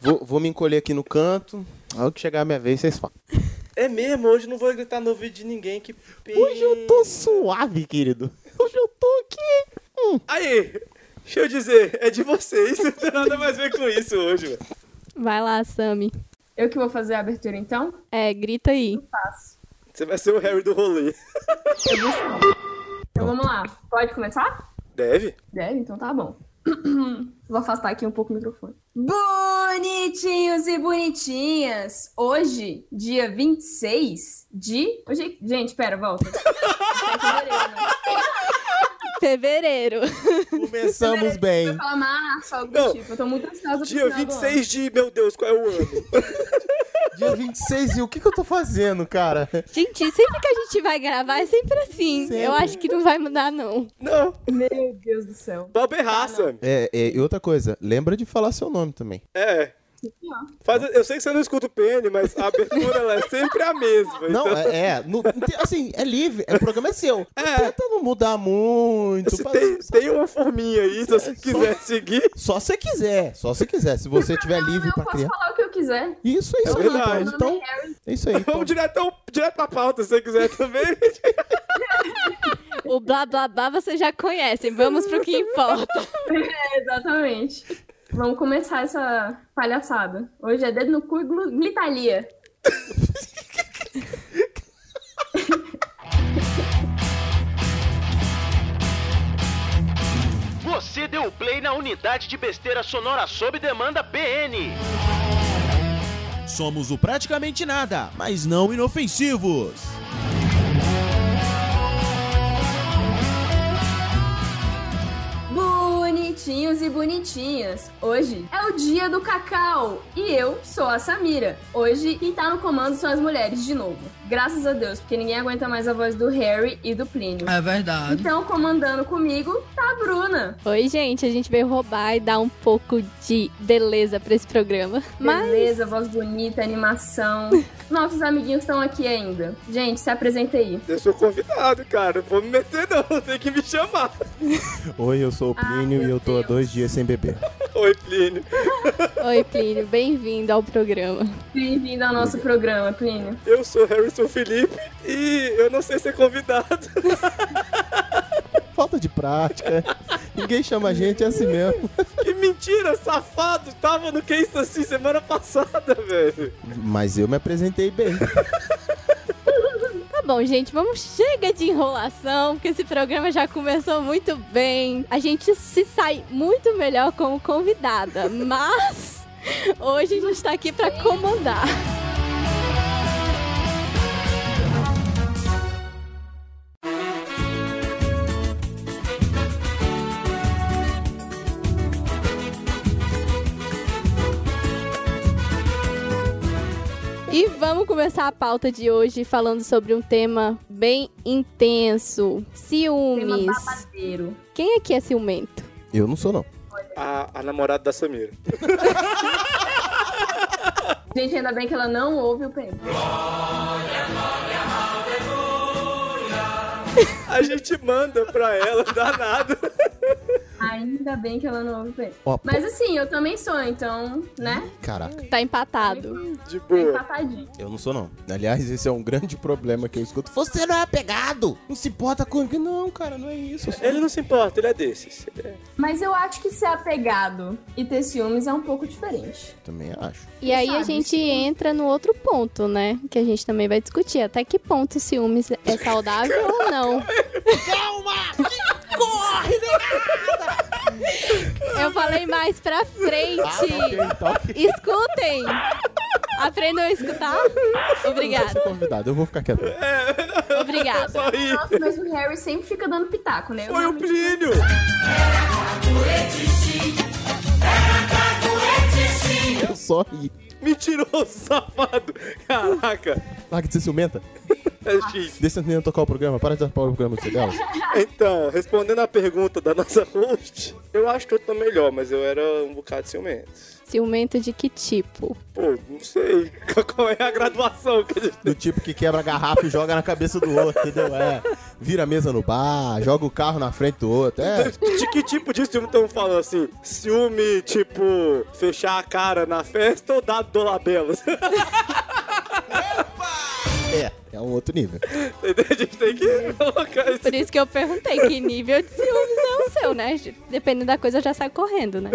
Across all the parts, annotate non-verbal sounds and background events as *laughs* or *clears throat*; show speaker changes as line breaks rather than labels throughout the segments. Vou, vou me encolher aqui no canto. Ao que chegar a minha vez, vocês falam.
É mesmo, hoje não vou gritar no ouvido de ninguém que pena.
Hoje eu tô suave, querido. Hoje eu tô aqui. Hum.
Aí, deixa eu dizer, é de vocês. *laughs* Não tem nada mais a ver com isso hoje, velho.
Vai lá, Sammy.
Eu que vou fazer a abertura então?
É, grita aí. *laughs*
Faço.
Você vai ser o Harry do rolê.
Eu vou sim. Então vamos lá. Pode começar?
Deve?
Deve, então tá bom. *clears throat* Vou afastar aqui um pouco o microfone. Bonitinhos e bonitinhas! Hoje, dia 26 de. Hoje... Gente,
*laughs*
pera, volta. É fevereiro, né?
Fevereiro.
Começamos
Eu
bem.
ia falar março, algo
Não.
do tipo. Eu tô muito ansiosa pro
Dia
final do ano.
26 de. Meu Deus, qual é o ano?
Dia 26 e o que, que eu tô fazendo, cara?
Gente, sempre que a gente vai gravar é sempre assim.
Sempre.
Eu acho que não vai mudar, não.
Não,
Meu Deus do céu.
Bob Raça.
É, é, e outra coisa, lembra de falar seu nome também.
É. Faz, eu sei que você não escuta o PN, mas a abertura ela é sempre a mesma.
Não,
então-
é, é no- assim, é livre, é, o programa é seu. Não tenta não mudar muito.
Se
faz- É,
tem, tem uma forminha aí, se você quiser seguir.
Só se quiser, só se quiser. Se você tiver livre
eu
pra
posso
criar.
falar o que eu quiser. *laughs*
Isso, é isso aí,
verdade.
então. Então, é isso aí. então.
Vamos direto, ao- direto pra pauta, se você quiser também. *laughs*
O blá blá blá vocês já conhecem. Vamos pro que importa.
É, exatamente. Vamos começar essa palhaçada. Hoje é dedo no cu e glu- glitalia.
Você deu play na unidade de besteira sonora sob demanda PN.
Somos o praticamente nada, mas não inofensivos.
Bonitinhos e bonitinhas, hoje é o dia do cacau e eu sou a Samira. Hoje quem tá no comando são as mulheres de novo. Graças a Deus, porque ninguém aguenta mais a voz do Harry e do Plínio.
É verdade.
Então, comandando comigo tá a Bruna.
Oi, gente. A gente veio roubar e dar um pouco de beleza pra esse programa. Mas
Beleza, voz bonita, animação. Nossos amiguinhos estão aqui ainda. Gente, se apresenta aí.
Eu sou convidado, cara. Não vou me meter, não. Tem que me chamar.
Oi, eu sou o Plínio
Ai,
e
Ah, meu
eu tô há
Deus.
dois dias sem beber.
Oi, Plínio.
Oi, Plínio, bem-vindo ao programa.
Bem-vindo ao nosso programa, Plínio.
Eu sou Harrison Felipe e eu não sei ser convidado. *laughs*
Falta de
*laughs*
prática. Ninguém chama a gente, é assim mesmo.
Que mentira, safado. Tava no que isso assim semana passada, velho.
Mas eu me apresentei bem.
Tá bom, gente, vamos chega de enrolação, porque esse programa já começou muito bem. A gente se sai muito melhor como convidada, mas hoje a gente tá aqui pra comandar. E vamos começar a pauta de hoje falando sobre um tema bem intenso:
Tema
ciúmes.
babadeiro.
Quem aqui é ciumento?
Eu não sou, não.
A, a namorada da Samira.
Gente, ainda bem que ela não ouve o Plínio.
A gente manda pra ela, *laughs* danado.
Ainda bem que ela não ouve o Plínio.
Ó, pô,
Mas assim, eu também sou, então, né?
Caraca,
Tá empatado.
De
Tá
boa.
empatadinho.
eu não sou, não. Aliás, esse é um grande problema que eu escuto. Você não é apegado! Não se importa com. Não, cara, não é isso.
Ele não se importa, ele é desses.
Mas eu acho que ser apegado e ter ciúmes é um pouco diferente.
Também acho.
E aí a
sabe,
gente
ciúmes.
entra no outro ponto, né? Que a gente também vai discutir. Até que ponto ciúmes é saudável ou não.
Corre, né?
Eu falei mais pra frente.
Então, ok.
Escutem! Aprendam a escutar?
Eu sou
Obrigada,
convidado, eu vou ficar quieto.
obrigada.
É. *laughs* Só ri.
Nossa, mas o Harry sempre fica dando pitaco, né?
Foi
Eu
o
realmente-
Plínio.
Eu só ri.
Mentiroso, safado. Caraca.
Ah, que você ciumenta?
É X.
Deixa a menina tocar o programa, para de tapar o programa de dela.
Então, respondendo a pergunta da nossa host, eu acho que eu tô melhor, mas eu era um bocado ciumento.
Ciumento de que tipo?
Pô, não sei *laughs* qual é a graduação que a gente
Do tipo que quebra a garrafa e joga na cabeça do outro, entendeu? É. Vira a mesa no bar, joga o carro na frente do outro. É.
De que tipo de ciúme estão falando assim? Ciúme, tipo, fechar a cara na festa ou dado do labelas?
É, é um outro nível.
*laughs* Entendeu? A gente tem que colocar isso.
Por isso que eu perguntei que nível de ciúmes é o seu, né? Dependendo da coisa, já sai correndo, né?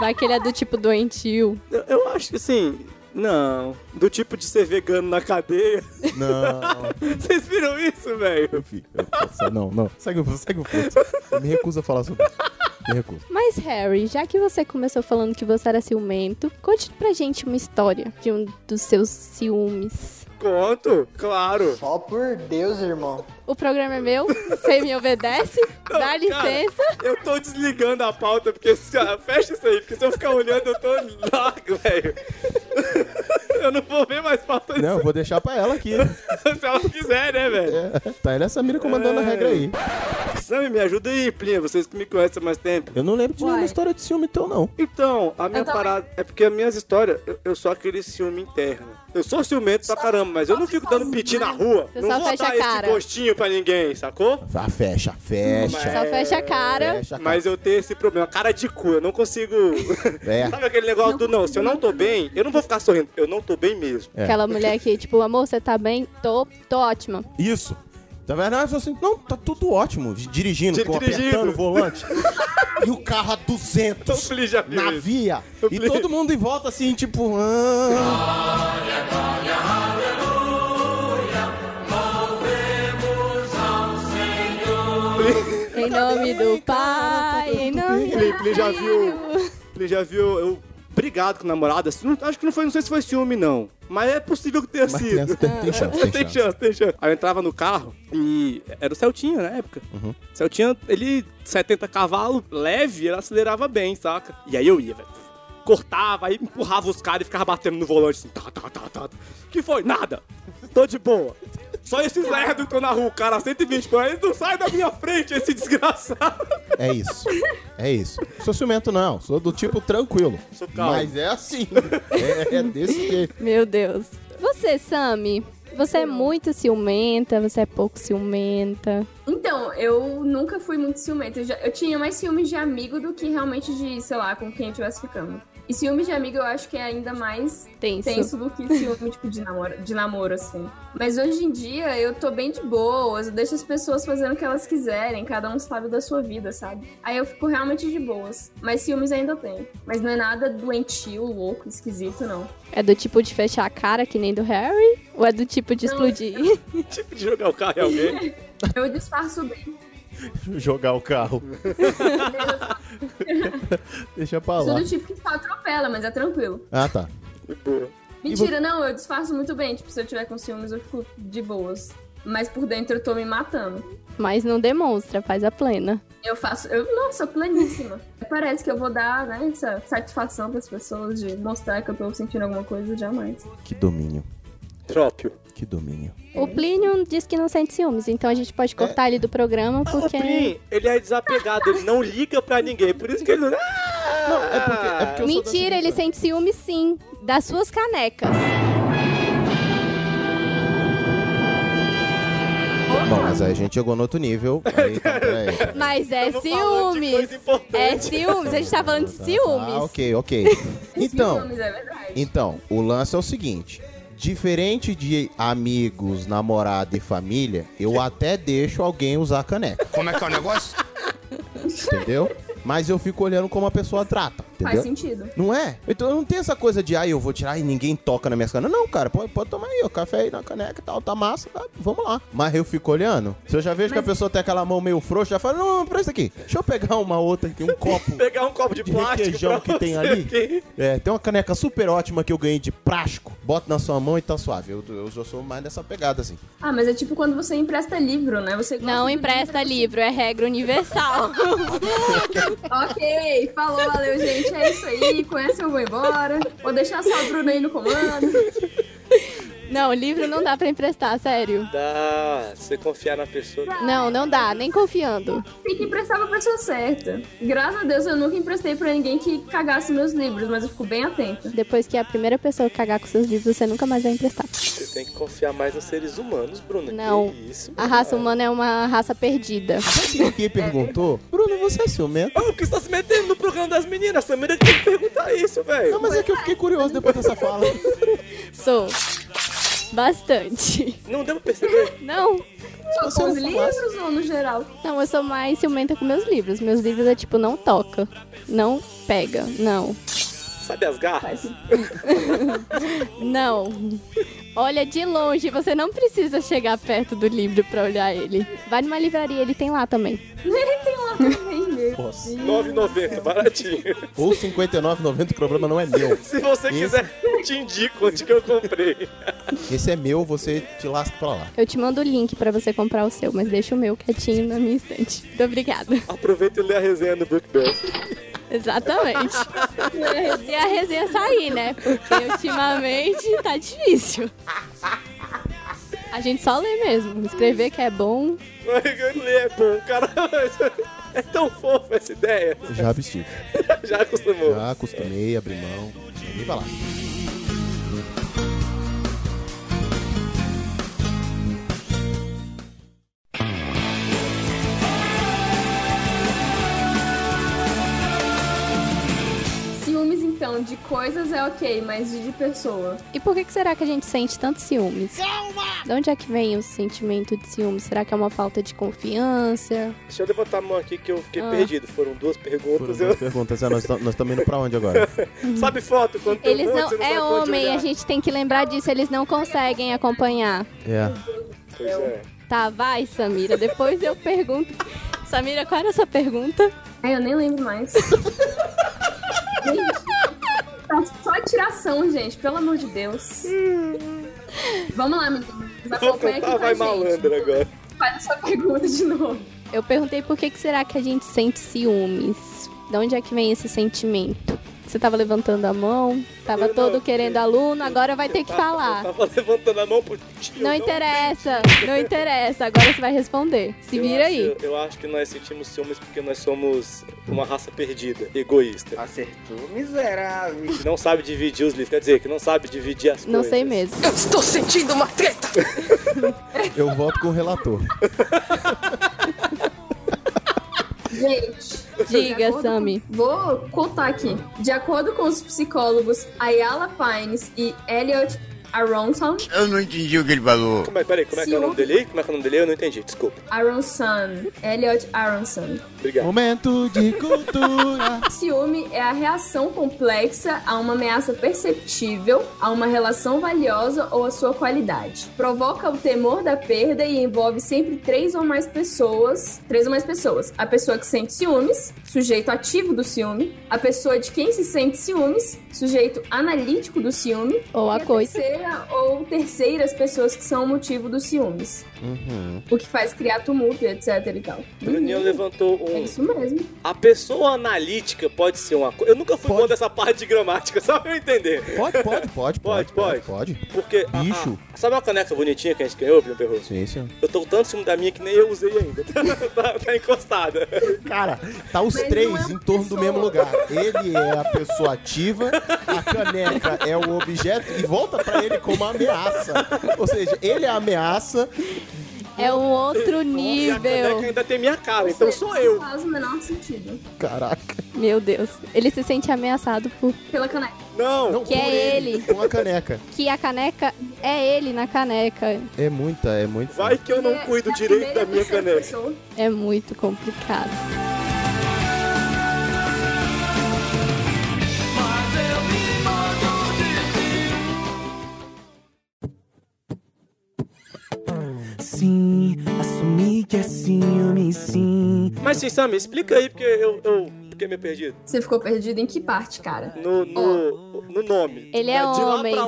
Vai que ele é do tipo doentio.
Eu- Eu acho que assim. Não, do tipo de ser vegano na cadeia. *laughs*
Não,
Vocês viram isso, velho?
eu fico. eu posso- não, não. Segue o segue o fluxo. Eu me recuso a falar sobre isso. Me recuso.
Mas, Harry, já que você começou falando que você era ciumento, conte pra gente uma história de um dos seus ciúmes.
Conto, claro.
Só por Deus, irmão.
O programa é
*laughs*
meu, você me obedece,
Não,
dá
cara,
licença.
eu tô desligando a pauta, porque se- ah, fecha isso aí, porque se eu ficar olhando, eu tô largo, velho. *laughs* Eu não vou ver mais pauta disso
Não, eu vou deixar pra ela aqui.
*laughs* se ela quiser, né, velho?
É. Tá, ele é essa mira comandando a regra aí.
Sammy, me ajuda aí, Plinha, vocês que me conhecem há mais tempo.
Eu não lembro de nenhuma
Uai.
história de ciúme teu, não.
Então, a minha
Eu também.
parada. É porque as minhas histórias, eu, eu sou aquele ciúme interno. Eu sou ciumento pra caramba, mas eu não fico dando piti na rua.
um Você
não
só
vou
fecha a
dar esse
cara.
gostinho pra ninguém, sacou?
Ah, fecha, fecha.
Só
é,
fecha a cara.
fecha a cara.
Mas eu tenho esse problema, cara de cu, eu não consigo.
É.
*laughs* Sabe aquele negócio do não, se eu não tô bem, eu não vou ficar sorrindo, eu não tô bem mesmo.
É.
Aquela mulher que, tipo, amor, você tá bem? Tô, tô ótima.
Isso. Tá vendo? Ela falou assim, não, tá tudo ótimo. Dirigindo,
Dir-
com,
dirigindo.
apertando o volante. e o carro a
Então,
200
Fli já viu
na
isso.
via.
Eu
E
falei-
todo mundo em volta assim, tipo... Ah.
Em nome do
tá
pai, em nome do
Ele, ele já viu. Ele já viu eu brigado com a namorada. assim, não- acho que não foi, não sei se foi ciúme, não. Mas é possível que tenha
Mas tem,
sido.
Ah, tem, tem chance, tem,
Tem
chance.
chance, tem chance. Aí eu entrava no carro e era o Celtinha na época. Celtinha, ele, 70 cavalos, leve, ele acelerava bem, saca? E aí eu ia, velho. Cortava, aí empurrava os caras e ficava batendo no volante assim, tá, tá, tá, tá. Que foi? Nada. Tô de boa. Só esses lerdos que tô na rua, o cara, 120 por aí, eles não sai da minha frente, esse desgraçado. *laughs*
É isso. É isso. Sou ciumento, não. Sou do tipo tranquilo.
Sou calmo.
Mas é *laughs* assim. É, é desse jeito.
Meu Deus. Você, Sami, você é muito ciumenta, você é pouco ciumenta.
Então, eu nunca fui muito ciumenta. Eu, já- eu tinha mais ciúmes de amigo do que realmente de, sei lá, com quem eu estivesse ficando. E ciúmes de amigo eu acho que é ainda mais
Tenso.
tenso do que ciúme, tipo, de namoro, de namoro, assim. Mas hoje em dia eu tô bem de boas, eu deixo as pessoas fazendo o que elas quiserem, cada um sabe da sua vida, sabe? Aí eu fico realmente de boas. Mas ciúmes ainda tem. Mas não é nada doentio, louco, esquisito, não.
É do tipo de fechar a cara, que nem do Harry? Ou é do tipo de explodir?
Tipo de jogar o carro em alguém.
Eu disfarço bem.
Jogar o carro. *laughs* Deixa pra
Sou
lá.
do tipo que só atropela, mas é tranquilo.
Ah, tá.
De boa.
Mentira, não, eu disfarço muito bem. Tipo, se eu tiver com ciúmes, eu fico de boas. Mas por dentro eu tô me matando.
Mas não demonstra, faz a plena.
Eu faço. Eu, nossa, pleníssima. Parece que eu vou dar, né, essa satisfação pras pessoas de mostrar que eu tô sentindo alguma coisa, jamais.
Que domínio.
Trópio.
Que domínio.
O Plínio diz que não sente ciúmes, então a gente pode
É.
cortar ele do programa,
O
porque...
Plim, ele é desapegado, ele não liga pra ninguém. Por isso que ele não. Ah! Não, é porque.
é porque eu sou da
Mentira, ele
seguinte-
sente ciúmes sim, das suas canecas.
Bom, mas aí a gente chegou no outro nível. Aí, tá,
*laughs*
peraí.
Mas é
Estamos falando de
ciúmes!
coisa importante.
É ciúmes, a gente tá falando de
Ah,
ciúmes.
ok, ok. Então,
Ciúmes, é verdade.
então, o lance é o seguinte. Diferente de amigos, namorado e família, eu até deixo alguém usar a caneca,
Como é que é o negócio?
entendeu? Mas eu fico olhando como a pessoa trata,
Faz
entendeu?
sentido.
Não é? Então não tem essa coisa de, ah, eu vou tirar e ninguém toca na minha caneca. Não, cara, pode, pode tomar aí, ó, café aí na caneca e tal, tá massa, tá, vamos lá. Mas eu fico olhando. Se eu já vejo que a pessoa tem aquela mão meio frouxa, já fala, não, não, presta aqui. Deixa eu pegar uma outra aqui, um copo
Pegar um copo de
de
plástico.
requeijão
pra
que tem
você
ali.
aqui.
É, tem uma caneca super ótima que eu ganhei de plástico. Bota na sua mão e tá suave. Eu, eu já sou mais dessa pegada, assim.
Ah, mas é tipo quando você empresta livro, né? Você gosta
Não
do
empresta livro, é regra universal. *laughs*
*laughs* Ok, falou, valeu, gente. É isso aí. Com essa eu vou embora. Vou deixar só o Bruno aí no comando.
Não, livro não dá pra emprestar, sério.
Dá. Você confiar na pessoa.
Não, não dá, nem confiando.
Tem que emprestar pra pessoa certa. Graças a Deus eu nunca emprestei pra ninguém que cagasse meus livros, mas eu fico bem atenta.
Depois que a primeira pessoa que cagar com seus livros, você nunca mais vai emprestar.
Você tem que confiar mais nos seres humanos, Bruno.
Não.
Que isso,
A raça
cara.
humana é uma raça perdida.
Quem perguntou? Bruno, você é ciumento?
Ô, por que você tá se metendo no programa das meninas? Essa menina tem que perguntar isso,
Não,
velho.
mas é que eu fiquei curioso depois dessa fala.
Sou. Bastante. *laughs*
Não deu pra perceber.
Não,
você é um
Só com
não
os
falasse-
livros ou no geral?
não, eu sou mais ciumenta com meus livros. Meus livros é tipo, não toca, não pega, não,
Sabe as garras?
não. *laughs* Olha de longe, você não precisa chegar perto do livro pra olhar ele. Vai numa livraria, ele tem lá também.
Ele *laughs* tem lá também, meu.
Nossa.
Deus.
9,90, baratinho.
Ou 59,90, o problema não é meu.
*laughs* Se você
Isso.
quiser, eu te indico onde que eu comprei.
Esse é meu, você te lasca pra lá.
Eu te mando o link pra você comprar o seu, mas deixa o meu quietinho na minha estante. Muito obrigada.
Aproveita e lê a resenha do Book Bell.
Exatamente. Se a resenha sair, né? Porque ultimamente tá difícil. A gente só lê mesmo. Escrever que é bom.
Lê, é bom, cara. *laughs* É tão fofo essa ideia. *laughs*
Já abstive.
Já acostumou.
Já acostumei, abri mão. E vai lá.
Ciúmes, então, de coisas é ok, mas de de pessoa.
E por que, que será que a gente sente tanto ciúmes? De onde é que vem o sentimento de ciúmes? Será que é uma falta de confiança?
Deixa eu levantar a mão aqui que eu fiquei
Ah.
perdido. Foram duas perguntas.
Duas perguntas, é, nós estamos indo pra onde agora?
Eu... *laughs* Sabe foto? Quando tem um
Eles
monte,
não.
você
É
sabe pra onde
homem,
olhar.
a gente tem que lembrar disso. Eles não conseguem acompanhar.
É.
Pois é.
Tá, vai, Samira. Depois eu pergunto. Samira, qual era a sua pergunta?
Ai, eu nem lembro mais. Gente, tá só atiração, gente, pelo amor de Deus. Vamos lá, menina. Vai
Vou
faltar aqui
cantar Vai
pra gente.
Malandro agora.
Faz a sua pergunta de novo.
Eu perguntei por que, que será que a gente sente ciúmes? De onde é que vem esse sentimento? Você tava levantando a mão, tava
Eu
todo
não,
querendo
eu-
aluno, agora vai ter que
*laughs* Eu tava-
falar.
Eu tava levantando a mão pro tio.
Não interessa, não interessa, agora você vai responder. Se
Eu
vira
acho-
aí.
Eu acho que nós sentimos ciúmes porque nós somos uma raça perdida, egoísta.
Acertou, miserável.
Que não sabe dividir os livros. Quer dizer, que não sabe dividir as
Não
coisas.
sei mesmo.
*laughs*
Eu volto com o relator.
Gente. de
Diga,
acordo
Sami.
com- Vou contar aqui. De acordo com os psicólogos Ayala Pines e Elliot Aronson,
Eu não entendi o que ele falou.
Como é, peraí, como é que é o nome dele? aí? Como é que é o nome dele? aí? Eu não entendi, desculpa.
Aronson, Elliot Aronson,
Hum.
Obrigado.
Momento de cultura.
Ciúme é a reação complexa a uma ameaça perceptível, a uma relação valiosa ou a sua qualidade. Provoca o temor da perda e envolve sempre três ou mais pessoas. Três ou mais pessoas. A pessoa que sente ciúmes, sujeito ativo do ciúme. A pessoa de quem se sente ciúmes, sujeito analítico do ciúme.
Ou
e
a coisa.
terceira ou terceiras pessoas que são o motivo dos ciúmes.
Uhum.
O que faz criar tumulto, e etc e tal.
O Bruninho levantou
É
um.
isso mesmo.
A pessoa analítica pode ser uma coisa. Eu nunca fui
Pode.
bom dessa parte de gramática, *laughs* só pra eu entender.
Pode, pode, pode, pode,
Pode, pode.
pode, pode.
Porque. a- a-
Bicho.
sabe uma caneca bonitinha que a gente ganhou, Bruno Perroso?
Sim, sim.
Eu tô com tanto ciúme da minha que nem eu usei ainda. *laughs* tá, tá encostada.
Cara, tá os
Mas não
três
é uma
em torno do
pessoa.
mesmo lugar. Ele é a pessoa ativa, a caneca é o objeto e volta pra ele como uma ameaça. Ou seja, ele é a ameaça.
É um outro
E a
nível.
caneca ainda tem minha cara, então sou eu.
Não faz o menor sentido.
Caraca.
Meu Deus. Ele se sente ameaçado por.
Pela caneca.
Não,
Não,
Que
por
é ele.
Com a caneca.
Que a caneca é ele na caneca.
É muita, é muito.
vai que eu não cuido
É a
direito
primeira
da minha
terceira
caneca.
pessoa.
É muito complicado.
Sim, assumi que é ciúme, sim.
Mas sim, Sam, explica aí, porque eu, eu Por que me é perdido?
Você ficou perdido em que parte, cara?
No, no, no nome.
Ele é
De lá pra lá,
homem,
já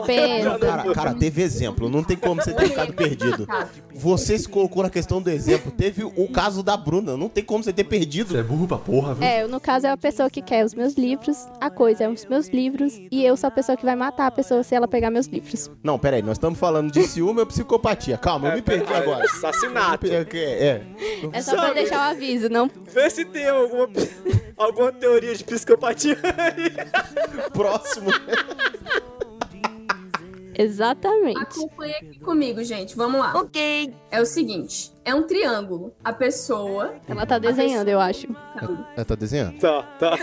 *laughs*
pensa.
não-
Cara, cara, teve exemplo. Não tem como você ter ficado
é
perdido. Você se colocou na questão do exemplo. Teve o caso da Bruna. Não tem como você ter perdido.
Você é burro pra porra, viu?
É, no caso é a pessoa que quer os meus livros, a coisa é os meus livros, e eu sou a pessoa que vai matar a pessoa se ela pegar meus livros.
Não, peraí. Nós estamos falando de ciúme ou psicopatia. Calma, eu me perdi
É,
agora.
Assassinato.
É,
É só pra
Sabe?
deixar o aviso, não.
Vê se tem alguma, alguma teoria de psicopatia aí.
é. Próximo.
Exatamente.
*laughs* Acompanha aqui comigo, gente. Vamos lá. Ok. É o seguinte: é um triângulo. A pessoa.
Ela tá desenhando, eu acho.
Uhum.
Ela tá desenhando?
Tá,
*laughs*
tá.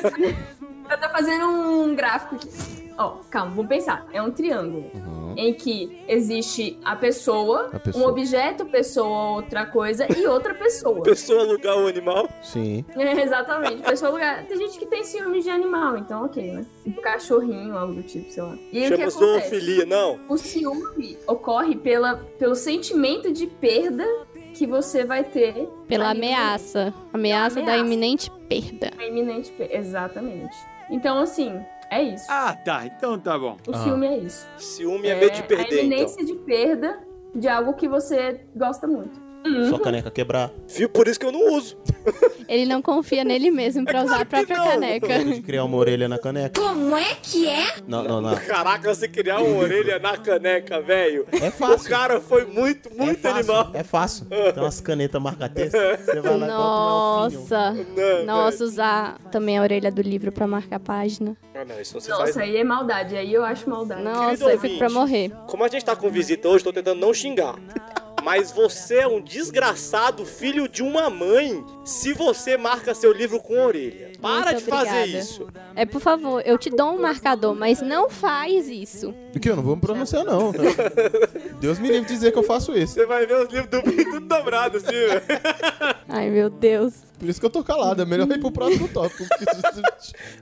Ela tá fazendo um gráfico aqui. Ó, calma, vamos pensar. É um triângulo.
Uhum.
Uhum,
Em que existe a pessoa,
A pessoa.
um objeto, pessoa, outra coisa e outra
*laughs*
pessoa. *laughs*
Pessoa, lugar ou animal.
Sim.
É, exatamente, pessoa, lugar. Tem gente que tem ciúme de animal, então ok, né? Tipo cachorrinho, algo do tipo, sei lá. E aí o que
Chama
acontece?
zoofilia, não.
O ciúme ocorre pela, pelo sentimento de perda que você vai ter.
Pela
ali no-
ameaça. Ameaça da
Ameaça.
iminente perda.
na iminente perda. Exatamente. Então, assim, é isso.
Ah, tá. Então tá bom.
O ciúme é isso.
Ciúme é, medo de
a
perder, então.
iminência de perda de algo que você gosta muito.
Só caneca quebrar.
Viu? Por isso que eu não uso.
Ele não confia nele mesmo pra usar a própria
não.
caneca.
De criar uma orelha na caneca.
Como é que é?
Não, não, não.
Caraca, você criar uma orelha na caneca, velho.
É
O
fácil.
cara foi muito,
é
muito
fácil,
animal.
É fácil. Tem umas canetas marca-texto. Você vai lá e bota um elfinho.
Nossa. Nossa, usar também a orelha do livro pra marcar a página.
Ah, não, isso não se faz.
Nossa, aí é maldade, aí eu acho maldade.
Nossa, eu fico
ouvinte.
pra morrer.
Como a gente tá com visita hoje, tô tentando não xingar. Mas você é um desgraçado filho de uma mãe se você marca seu livro com orelha. Para
Muito
de fazer
obrigada.
isso.
É, por favor, eu te dou um marcador, mas não faz isso.
O que? Eu não vou me pronunciar, não. Deus me livre de dizer que eu faço isso.
Você vai ver os livros do Pinto tudo dobrado assim,
*laughs*
velho.
Ai, meu Deus.
Por isso que eu tô calado. É melhor ir pro próximo tópico. *laughs* porque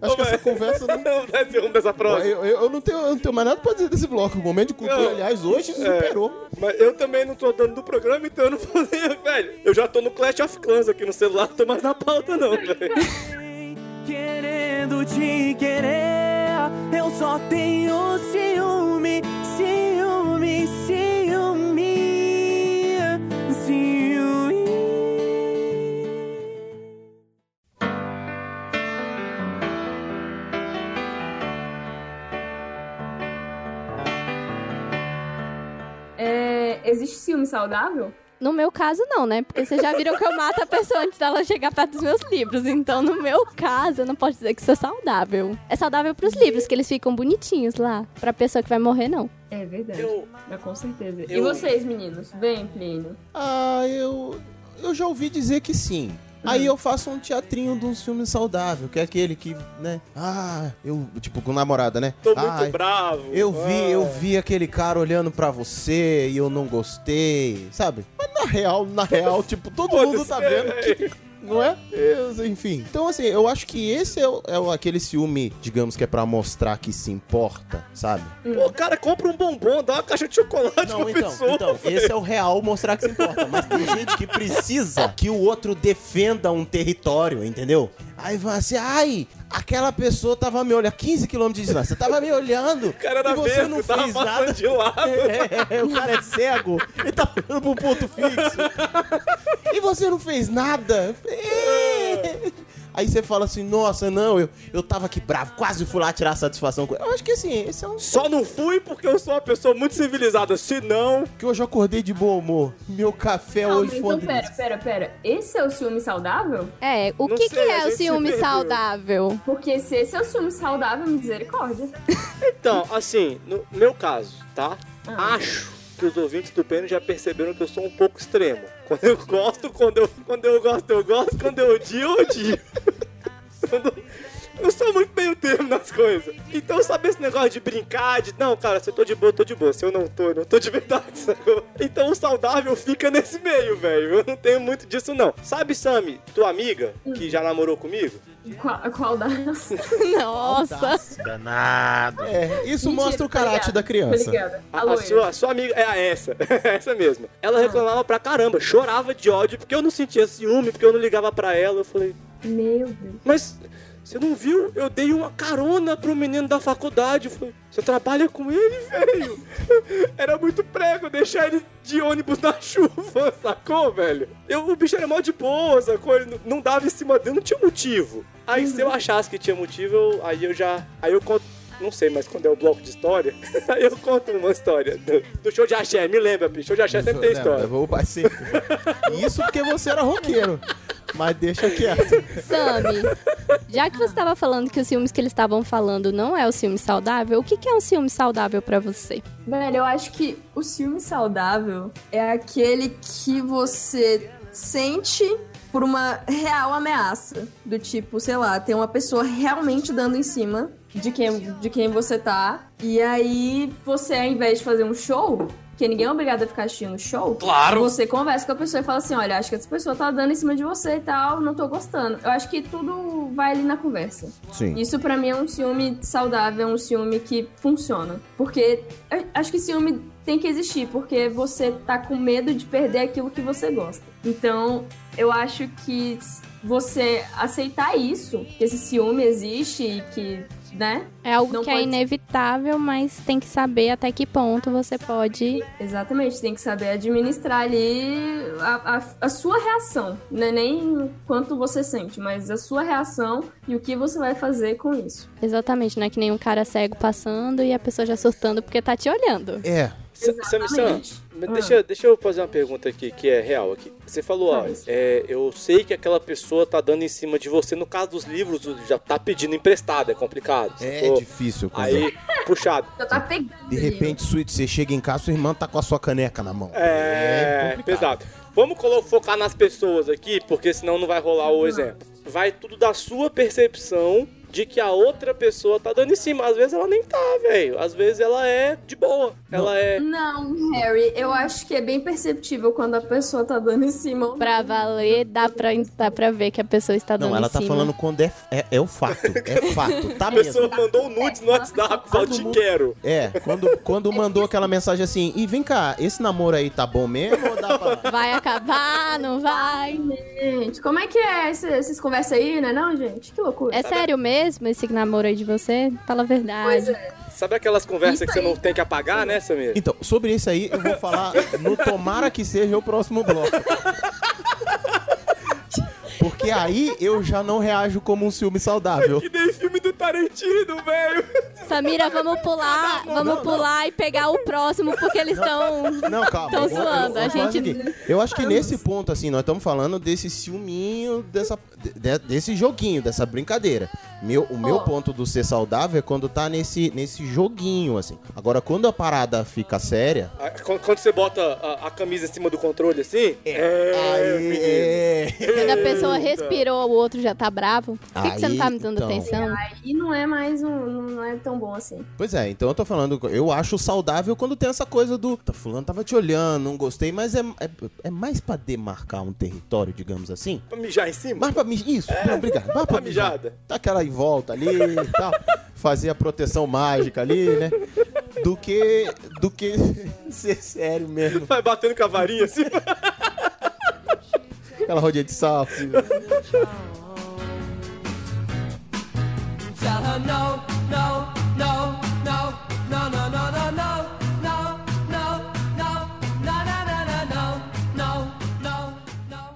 Acho que essa conversa não.
Não vai ser um dessa prova.
Eu, eu- eu não tenho, eu não tenho mais nada pra dizer desse bloco. O momento de cultura,
Não.
aliás, hoje superou.
É, Mas eu também não tô dando do programa, então eu não vou ler, *laughs* velho. Eu já tô no Clash of Clans aqui no celular, não tô mais na pauta, não, velho.
Querendo te querer, eu só tenho ciúme, ciúme, ciúme, ciúme.
É, existe ciúme saudável?
No meu caso, não, né? Porque vocês já viram que eu mato a pessoa antes dela chegar perto dos meus livros. Então, no meu caso, eu não posso dizer que isso é saudável. É saudável pros livros, que eles ficam bonitinhos lá. Pra pessoa que vai morrer, não.
É verdade.
Eu-
É, com certeza. E
eu-
vocês, meninos? Vem, Plínio.
Ah, eu. Eu já ouvi dizer que sim. Aí
Hum.
eu faço um teatrinho de um filme saudável, que é aquele que, né? Ah, eu. Tipo, com namorada, né?
Tô
ah,
muito bravo.
Eu vi,
Ah.
eu vi aquele cara olhando pra você e eu não gostei, sabe? Mas na real, na real, tipo, todo mundo
Foda-se,
tá
é,
vendo que. Não é? Eu- Enfim. Então, assim, eu acho que esse é, o- é o- aquele ciúme, digamos que é pra mostrar que se importa, sabe?
Pô, cara, compra um bombom, dá uma caixa de chocolate pra
então,
pessoa.
esse é o real mostrar que se importa. Mas tem gente que precisa que o outro defenda um território, entendeu? Aí vai assim, ai, aquela pessoa tava me olhando, 15 quilômetros de distância, tava me olhando.
O cara era
e você
mesmo,
não
tava
fez
passando
nada.
de lado.
*laughs* É, o cara é cego ele tá olhando pra um ponto fixo. E você não fez nada? É. Aí você fala assim, nossa, não, eu, eu tava aqui bravo, quase fui lá tirar a satisfação. com- Eu acho que assim, esse é um
Só não fui porque eu sou uma pessoa muito civilizada. Se não,
que hoje eu acordei de bom humor. Meu café
Calma,
hoje foi um
então, pera, pera, pera. Esse é o ciúme saudável?
É, o
Não sei,
que, que
a
é o
gente se
ciúme
perdeu.
saudável?
Porque se esse é o ciúme saudável, misericórdia.
Então, assim, no meu caso, tá?
Ah.
Acho que os ouvintes do Pênis já perceberam que eu sou um pouco extremo. Quando eu gosto, quando eu, quando eu gosto, eu gosto, quando eu odio, eu odio. *laughs* Quando- Eu sou muito meio termo nas coisas. Então, sabe esse negócio de brincar, de não, cara, se eu tô de boa, eu tô de boa. Se eu não tô, eu não tô de verdade, *laughs* sacou? Então, o saudável fica nesse meio, velho. Eu não tenho muito disso, não. Sabe, Sami, tua amiga, que já namorou comigo?
Qual, qual das?
*laughs* Nossa.
Danado. É, isso
Mentira,
mostra o
tá
caráter
ligado,
da criança.
Obrigada.
A, a sua, a sua amiga, é a essa, *laughs* essa mesma. Ela reclamava pra caramba, chorava de ódio, porque eu não sentia ciúme, porque eu não ligava pra ela. Eu falei,
Meu Deus.
mas Você não viu? Eu dei uma carona pro menino da faculdade. Eu falei, você trabalha com ele, velho? *laughs* Era muito prego deixar ele de ônibus na *laughs* chuva, sacou, velho? Eu, o bicho era mó de boa, sacou? Ele não- não dava em cima dele, não tinha motivo. Aí se eu achasse que tinha motivo, eu- aí eu já. Aí eu conto. Não sei, mas quando é o bloco de história, *laughs* aí eu conto uma história do, do show de axé. Me lembra, bicho. Show de axé sempre tem
Não,
história.
Né, eu vou- vai ser- Isso porque você era roqueiro. Mas deixa quieto.
Sami, já que você tava falando que os filmes que eles estavam falando não é o filme saudável, o que, que é um filme saudável pra você?
Velho, eu acho que o filme saudável é aquele que você sente por uma real ameaça. Do tipo, sei lá, tem uma pessoa realmente dando em cima de quem, de quem você tá. E aí você, ao invés de fazer um show, que ninguém é obrigado a ficar assistindo show,
Claro.
você conversa com a pessoa e fala assim: olha, acho que essa pessoa tá dando em cima de você e tal, não tô gostando. Eu acho que tudo vai ali na conversa.
Sim.
Isso pra mim é um ciúme saudável, um ciúme que funciona. Porque eu acho que ciúme tem que existir, porque você tá com medo de perder aquilo que você gosta. Então, eu acho que você aceitar isso, que esse ciúme existe e que, né?
É algo
Não
que é
pode-
inevitável, mas tem que saber até que ponto você pode.
Exatamente, tem que saber administrar ali a, a- a sua reação, né? Nem quanto você sente, mas a sua reação e o que você vai fazer com isso.
Exatamente, não é que nenhum cara cego passando e a pessoa já surtando porque tá te olhando.
É.
Sa- Sam, Sam,
Exatamente.
me-
Ah.
deixa, deixa eu fazer uma pergunta aqui, que é real aqui. Você falou, ó,
Faz.
é, eu sei que aquela pessoa tá dando em cima de você. No caso dos livros, já tá pedindo emprestado, é complicado.
É
sacou?
difícil. quando-
Aí, puxado.
Já tá pegando.
De
ali, né?
repente, suíte, você chega em casa, sua irmã tá com a sua caneca na mão.
É,
complicado.
pesado. Vamos colo- focar nas pessoas aqui, porque senão não vai rolar o exemplo. Vai tudo da sua percepção de que a outra pessoa tá dando em cima. Às vezes ela nem tá, velho. Às vezes ela é de boa. Ela é.
Não, Harry, eu acho que é bem perceptível quando a pessoa tá dando em cima. ou não.
Pra valer, dá pra, dá pra ver que a pessoa está dando
Não, ela
em
tá
cima.
falando quando é, é, é o fato. É fato. Tá
A *laughs* pessoa
mesmo.
mandou nudes no WhatsApp, só te quero.
É, quando, quando mandou aquela mensagem assim, e vem cá, esse namoro aí tá bom mesmo ou dá pra...
Vai acabar, não vai.
Gente, como é que é esse- essas conversas aí, né não, gente? Que loucura.
É sério mesmo esse namoro aí de você? Fala a verdade.
Pois é.
Sabe aquelas conversas
Isso
que você
aí.
não tem que apagar, né, Samir?
Então, sobre isso aí, eu vou falar no tomara que seja o próximo bloco. Porque aí eu já não reajo como um ciúme saudável.
Que nem filme do Tarantino, velho.
Samira, vamos pular, vamos pular e pegar o próximo porque eles estão.
Não, calma.
Tão
eu vou- eu vou
zoando, a
falar
gente-
isso aqui. Eu acho que nesse ponto, assim, nós estamos falando desse ciúminho, dessa, de- desse joguinho, dessa brincadeira. Meu, o meu
Ó.
ponto do ser saudável é quando tá nesse, nesse joguinho, assim. Agora, quando a parada fica séria.
Ah, Quando quando você bota a, a camisa em cima do controle assim. É,
aí, é.
Quando a pessoa respirou, o outro já tá bravo. Por que, que você não tá me dando
Aí,
atenção?
E não é mais um. Não é tão bom assim.
Pois é, então eu tô falando, eu acho saudável quando tem essa coisa do. Tá, fulano tava te olhando, não gostei, mas é, é, é mais pra demarcar um território, digamos assim.
Pra mijar em cima? *laughs*
Mais pra mijar. Isso, não, obrigado. Mais pra
Pra
mijar.
É, mijada.
Tá aquela em volta ali e tal. Fazer a proteção mágica ali, né? Do que. Do que *laughs* ser sério mesmo.
Vai batendo com a varinha assim.
Aquela rodinha de salto. assim.
Tell her no, no, no, no, no, no, no, no, no, no, no, no, no, no, no, no, no, no, no, no.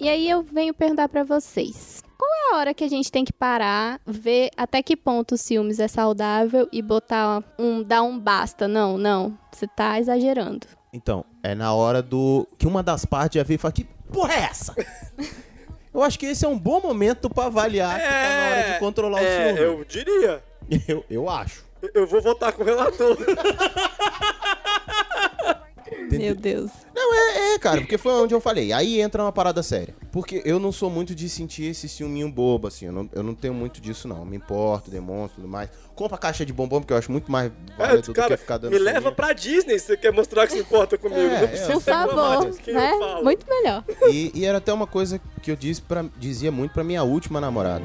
E aí eu venho perguntar pra vocês. Qual é a hora que a gente tem que parar, ver até que ponto o ciúmes é saudável e botar um dar um basta? Não, não. Você tá exagerando.
Então, é na hora do. Que uma das partes já veio e fala: Que porra é
*laughs*
essa? Eu acho que esse é um bom momento pra avaliar que tá na hora de controlar o
é,
ciúme.
Eu diria.
Eu, eu acho.
Eu vou votar com o relator.
Meu Deus.
Não, é, é, cara, porque foi onde eu falei. Aí entra uma parada séria. Porque eu não sou muito de sentir esse ciúminho bobo, assim. Eu não, eu não tenho muito disso, não. Me importo, demonstro e tudo mais. Compra caixa de bombom, porque eu acho muito mais
*laughs*
válido do
É,
que
cara,
ficar dando
me leva
ciúminho.
pra Disney se você quer mostrar que se importa comigo.
É,
não precisa
é.
Por
ser
favor,
dramático, que eu
né?
falo.
Muito melhor.
E, e era até uma coisa que eu disse pra, dizia muito pra minha última namorada.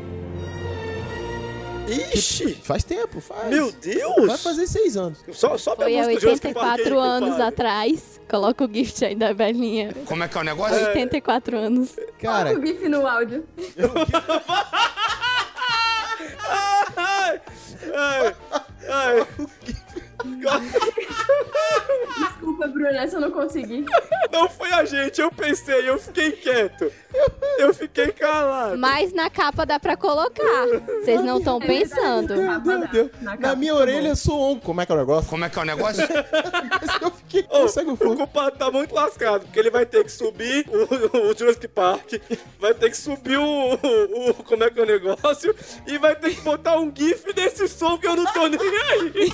Ixi!
Faz tempo, faz.
Meu Deus!
Vai fazer seis anos.
Só, só
Foi há
pela música que é eu
84
parei,
anos
compadre.
atrás. Coloca o gift aí da velhinha.
Como é que é o negócio?
84 anos.
Cara,
Coloca o GIF no áudio.
Ai, *laughs* ai, ai.
Desculpa, Bruno, essa eu não consegui.
Não foi a gente, eu pensei, eu fiquei quieto. Eu fiquei calado.
Mas na capa dá pra colocar. Vocês não estão
É verdade,
pensando.
na capa
meu
dá.
Deus.
Na
Na,
capa,
minha
tá
orelha soou um. Como é que é o negócio?
Como é que é o negócio?
Mas *laughs* eu fiquei.
Ô,
Oh, segue o
o
fogo.
culpado tá muito lascado, porque ele vai ter que subir o, o, o Jurassic Park, vai ter que subir o, o- o- Como é que é o negócio? E vai ter que botar um GIF desse som que eu não tô nem aí.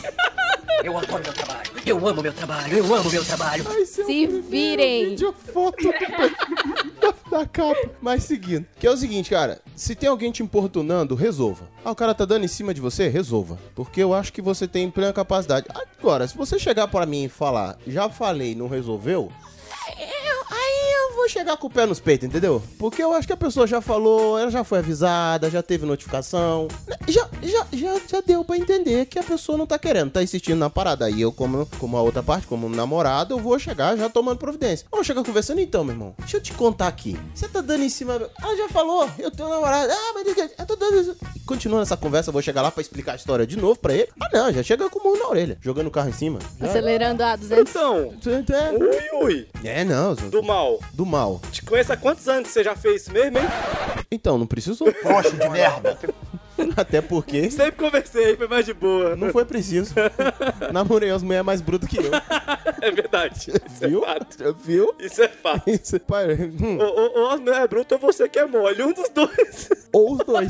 Eu adoro meu trabalho. Eu amo meu trabalho. Eu amo meu trabalho.
Ai, se eu
Se
ver
virem.
o vídeo, foto do- *laughs* da capa. Mas seguindo. Que é o seguinte, cara. Se tem alguém te importunando, resolva. Ah, o cara tá dando em cima de você? Resolva. Porque eu acho que você tem plena capacidade. Agora, se você chegar pra mim e falar, já falei, não resolveu... eu- Aí eu vou chegar com o pé nos peitos, entendeu? Porque eu acho que a pessoa já falou, ela já foi avisada, já teve notificação. né? Já, já, já, já deu pra entender que a pessoa não tá querendo, tá insistindo na parada. Aí eu, como, como a outra parte, como namorado, eu vou chegar já tomando providência. Vamos chegar conversando então, meu irmão. Deixa eu te contar aqui. Você tá dando em cima. Ah, já falou, eu tenho namorado. Ah, mas eu tô dando. isso. E Continuando essa conversa, eu vou chegar lá pra explicar a história de novo pra ele. Ah, não, já chega com o mão na orelha, jogando o carro em cima. Já-
Acelerando a 200.
Então,
É,
ui, ui,
é, não, do,
do mal.
do mal.
Te conheço há quantos anos que você já fez isso mesmo, hein?
Então, não precisou.
Poxa, de merda.
*laughs* Até porque
Sempre conversei, foi mais de boa.
não foi preciso. *laughs* Namorei as mulheres mais brutas que eu.
*laughs* É verdade. Isso
Viu?
é fato.
Viu? *laughs*
Isso é fato.
Isso, pai, hum,
Ou, ou, ou não é bruto ou você que é mole. Um dos dois.
ou os dois.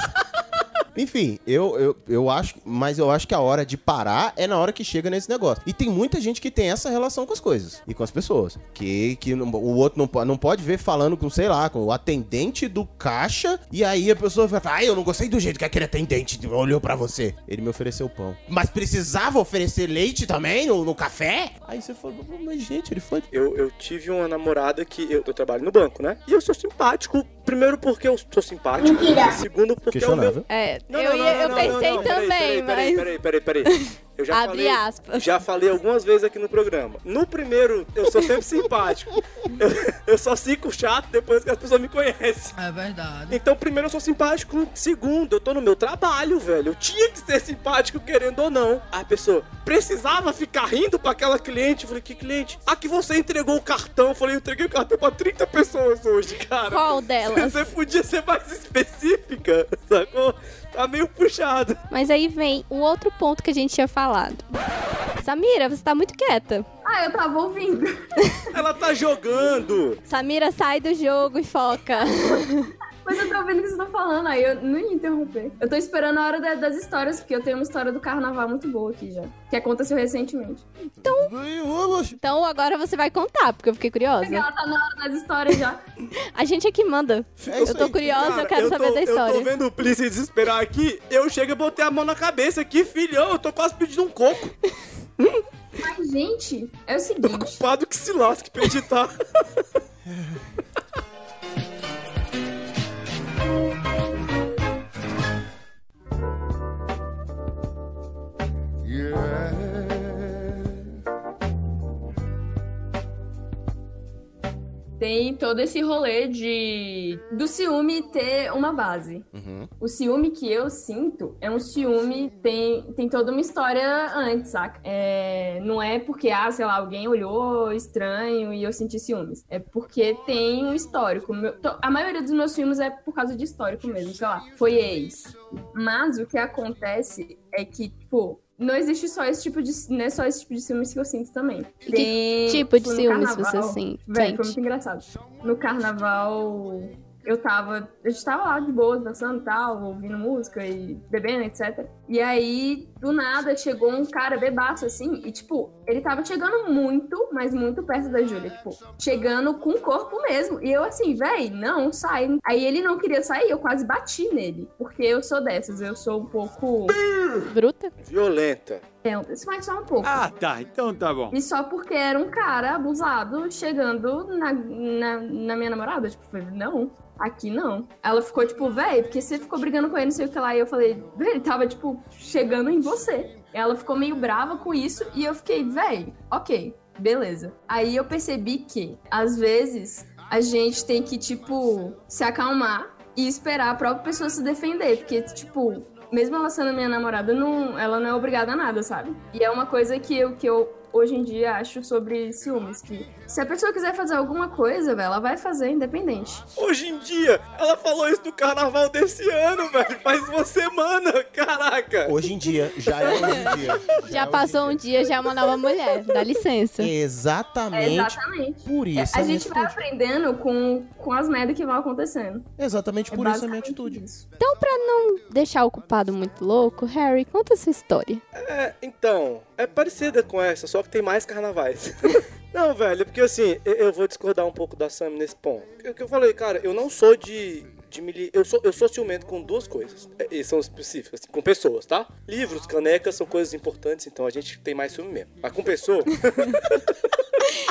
Enfim, eu, eu, eu acho, mas eu acho que a hora de parar é na hora que chega nesse negócio. E tem muita gente que tem essa relação com as coisas e com as pessoas. Que, que não- o outro não, po- não pode ver falando com, sei lá, com o atendente do caixa. E aí a pessoa vai falar: Ah, eu não gostei do jeito que aquele atendente olhou pra você. Ele me ofereceu pão. Mas precisava oferecer leite também no, no café? Aí você falou: Mas gente, ele foi.
Eu, eu tive uma namorada que eu, eu trabalho no banco, né? E eu sou simpático. Primeiro porque eu sou simpático. Mentira. Segundo porque eu
Questionável.
É,
Não,
eu,
não,
ia-
não,
eu
não,
pensei
não, não, peraí, peraí,
também, mas.
Peraí, peraí, peraí, peraí. Eu já
*laughs* Abre
falei,
aspas.
Já falei algumas vezes aqui no programa. No primeiro, eu sou sempre simpático. Eu, eu só fico chato depois que as pessoas me conhecem.
É verdade.
Então, primeiro, eu sou simpático. Segundo, eu tô no meu trabalho, velho. Eu tinha que ser simpático, querendo ou não. A pessoa precisava ficar rindo pra aquela cliente. Eu falei, que cliente? A que você entregou o cartão. Eu falei, eu entreguei o cartão pra 30 pessoas hoje, cara.
Qual delas?
*laughs* Você podia ser mais específica, sacou? Tá meio puxado.
Mas aí vem um outro ponto que a gente tinha falado. Samira, você tá muito quieta.
Ah, eu tava ouvindo. *laughs*
Ela tá jogando.
Samira, sai do jogo e foca.
Mas eu tô ouvindo o que vocês estão falando, aí eu não ia interromper. Eu tô esperando a hora da- das histórias, porque eu tenho uma história do carnaval muito boa aqui já. Que aconteceu recentemente.
Então agora você vai contar, porque eu fiquei curiosa.
Ela tá na hora das histórias já.
A gente é que manda.
É isso
eu tô
aí.
curiosa,
Então, assim, Cara,
eu quero saber
tô,
da
Eu
história.
tô vendo o Pli se desesperar aqui. Eu chego e botei a mão na cabeça aqui, filhão. Eu tô quase pedindo um coco.
Mas, gente, é o
Tô
seguinte.
culpado que se lasque pra editar.
Tem todo esse rolê de do ciúme ter uma base. O ciúme que eu sinto é um ciúme, tem, tem toda uma história antes, saca? É, não é porque, ah, sei lá, alguém olhou estranho e eu senti ciúmes. É porque tem um histórico. Meu- to- a maioria dos meus ciúmes é por causa de histórico mesmo, sei lá, foi ex. Mas o que acontece é que, tipo, não existe só esse tipo de, não é só esse tipo de ciúmes que eu sinto também.
Que
Tem,
tipo de
tipo, no
ciúmes você assim,
carnaval-
sente?
Véi, foi muito engraçado. No carnaval, eu tava. A gente tava lá de boas, dançando e tal, ouvindo música e bebendo, etc. E aí, do nada, chegou um cara bebaço assim, e tipo, ele tava chegando muito, mas muito perto da Júlia. Tipo, chegando com o corpo mesmo. E eu assim, véi, não, sai. Aí ele não queria sair, eu quase bati nele. Porque eu sou dessas, eu sou um pouco.
Bruta?
Violenta.
dentro. Isso mais só um pouco.
Ah, tá. Então tá bom.
E só porque era um cara abusado chegando na, na, na minha namorada. Tipo, eu falei, não, aqui não. Ela ficou tipo, véi, porque você ficou brigando com ele, não sei o que lá. E eu falei, véi, ele tava, tipo, chegando em você. Ela ficou meio brava com isso e eu fiquei, véi, ok, beleza. Aí eu percebi que, às vezes, a gente tem que, tipo, se acalmar e esperar a própria pessoa se defender. Porque, tipo, mesmo ela sendo minha namorada, não, ela não é obrigada a nada, sabe? E é uma coisa que eu, que eu hoje em dia acho sobre ciúmes. Que se a pessoa quiser fazer alguma coisa, velho, ela vai fazer independente.
Hoje em dia, ela falou isso no carnaval desse ano, velho. Faz uma semana, caraca.
Hoje em dia, já é hoje em dia.
Já passou um dia, já é uma nova mulher. Dá licença.
É,
Exatamente.
exatamente. É,
Por isso é
A
minha
gente vai
atitude.
aprendendo com, com as merdas que vão acontecendo.
Exatamente
É
por isso a minha
basicamente
atitude.
isso.
Deixar o culpado muito louco, Harry, conta a sua história.
É, então, é parecida com essa, só que tem mais carnavais. *laughs* Não, velho, porque assim, eu, eu vou discordar um pouco da Sam nesse ponto. É O que eu falei, cara, eu não sou de. de me li- eu, sou, eu sou ciumento com duas coisas. é, E são específicas, assim, com pessoas, tá? Livros, canecas são coisas importantes, então a gente tem mais ciúme mesmo. Mas com pessoa. *laughs*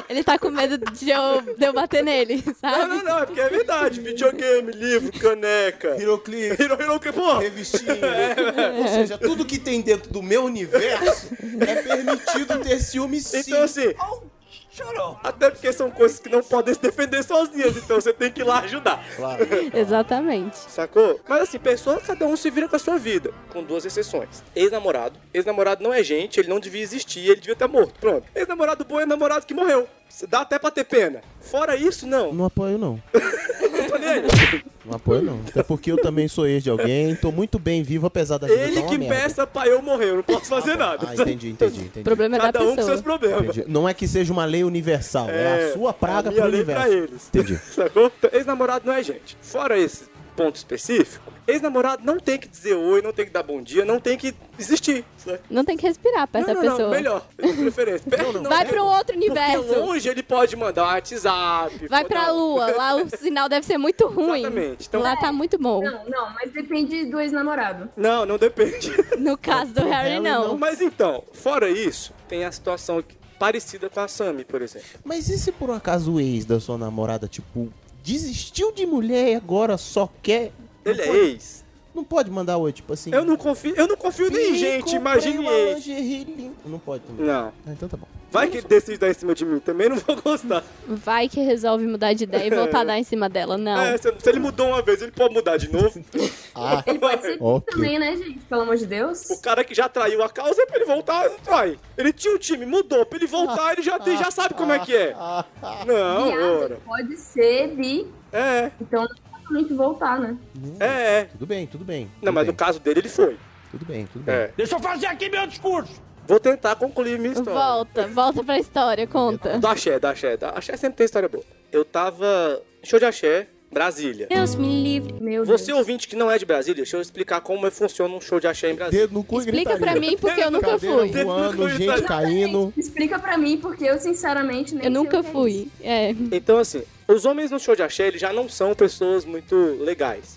Ele tá com medo de eu, de eu bater nele,
não,
sabe?
não, não, é porque é verdade. Videogame, livro, caneca.
*laughs* Piroclip,
Hiro, hiro, que porra!
revistinha. *laughs* Ou seja, tudo que tem dentro do meu universo é permitido ter ciúme sim.
Então, assim. Até porque são coisas que não podem se defender sozinhas, então você tem que ir lá ajudar.
Claro.
Exatamente.
Sacou? Mas assim, pessoa, cada um se vira com a sua vida, com duas exceções. Ex-namorado. Ex-namorado não é gente, ele não devia existir, ele devia estar morto. Pronto. Ex-namorado bom é namorado que morreu. Cê Dá até pra ter pena. Fora isso, não.
Não apoio, não.
Não tô nem aí.
Não apoio, não. Até porque eu também sou ex de alguém, tô muito bem vivo, apesar da vida tá
Ele
uma
que
merda.
peça pra eu morrer, eu não posso fazer nada.
Ah, entendi, entendi,
O
entendi.
problema é da
Cada um com
pessoa.
seus problemas.
Entendi. Não é que seja uma lei universal, é, a sua praga
é
pro
a minha lei
universo.
pra eles.
Entendi.
*laughs* Sacou? Então, ex-namorado não é gente. Fora esse ponto específico, ex-namorado não tem que dizer oi, não tem que dar bom dia, não tem que existir. Saca?
Não tem que respirar perto
Não,
da
não,
pessoa.
não, melhor. De
*laughs*
preferência. Perto não,
Vai
né?
pra um outro
Porque
universo.
longe ele pode mandar WhatsApp.
Vai
pô,
pra
não.
lua. Lá o sinal deve ser muito ruim.
Exatamente. Então-
Lá tá muito bom.
Não, não, mas depende do ex-namorado.
Não, não depende. *laughs*
No caso do Harry,
Harry,
não.
Mas então, fora isso, tem a situação que- parecida com a Sami, por exemplo.
Mas e se por um acaso o ex da sua namorada, tipo, desistiu de mulher e agora só quer.
Ele é ex.
Não pode mandar oi, tipo assim.
Eu não confio, eu não confio nem em gente, imagine ex.
Não pode também.
Não.
Ah, então tá bom.
Vai que ele decide dar em cima de mim, também não vou gostar.
Vai que resolve mudar de ideia e voltar a dar em cima dela. Não.
É, se, se ele mudou uma vez, ele pode mudar de novo.
Ah,
Ele pode ser
Ok.
também, né, gente? Pelo amor de Deus.
O cara que já traiu a causa, é pra ele voltar, vai. Ele tinha o time, mudou. Pra ele voltar, ele já, tem- já sabe como é que é. Não,
Viado,
ora.
pode ser bi.
É,
Então não tem como a gente voltar, né?
é, é.
tudo bem, tudo bem.
Não,
tudo
mas
bem,
no caso dele, ele foi.
Tudo bem, tudo bem.
É.
Deixa eu fazer aqui meu discurso.
Vou tentar concluir minha história. tá-
Volta, volta pra história, conta.
Do axé, do axé. Da axé sempre tem história boa. Eu tava. em Show de axé, Brasília.
Deus me livre.
Meu Deus.
Você ouvinte que não é de Brasília, deixa eu explicar como funciona um show de axé em Brasília.
Dedo no cu e
Explica
gritaria.
pra mim, porque eu nunca
Cadeira
fui.
voando, gente
Exatamente.
caindo.
Explica pra mim, porque eu, sinceramente, nem
Eu
sei
nunca
o que é isso.
fui. É.
Então, assim, os homens no show de axé, eles já não são pessoas muito
*laughs*
legais.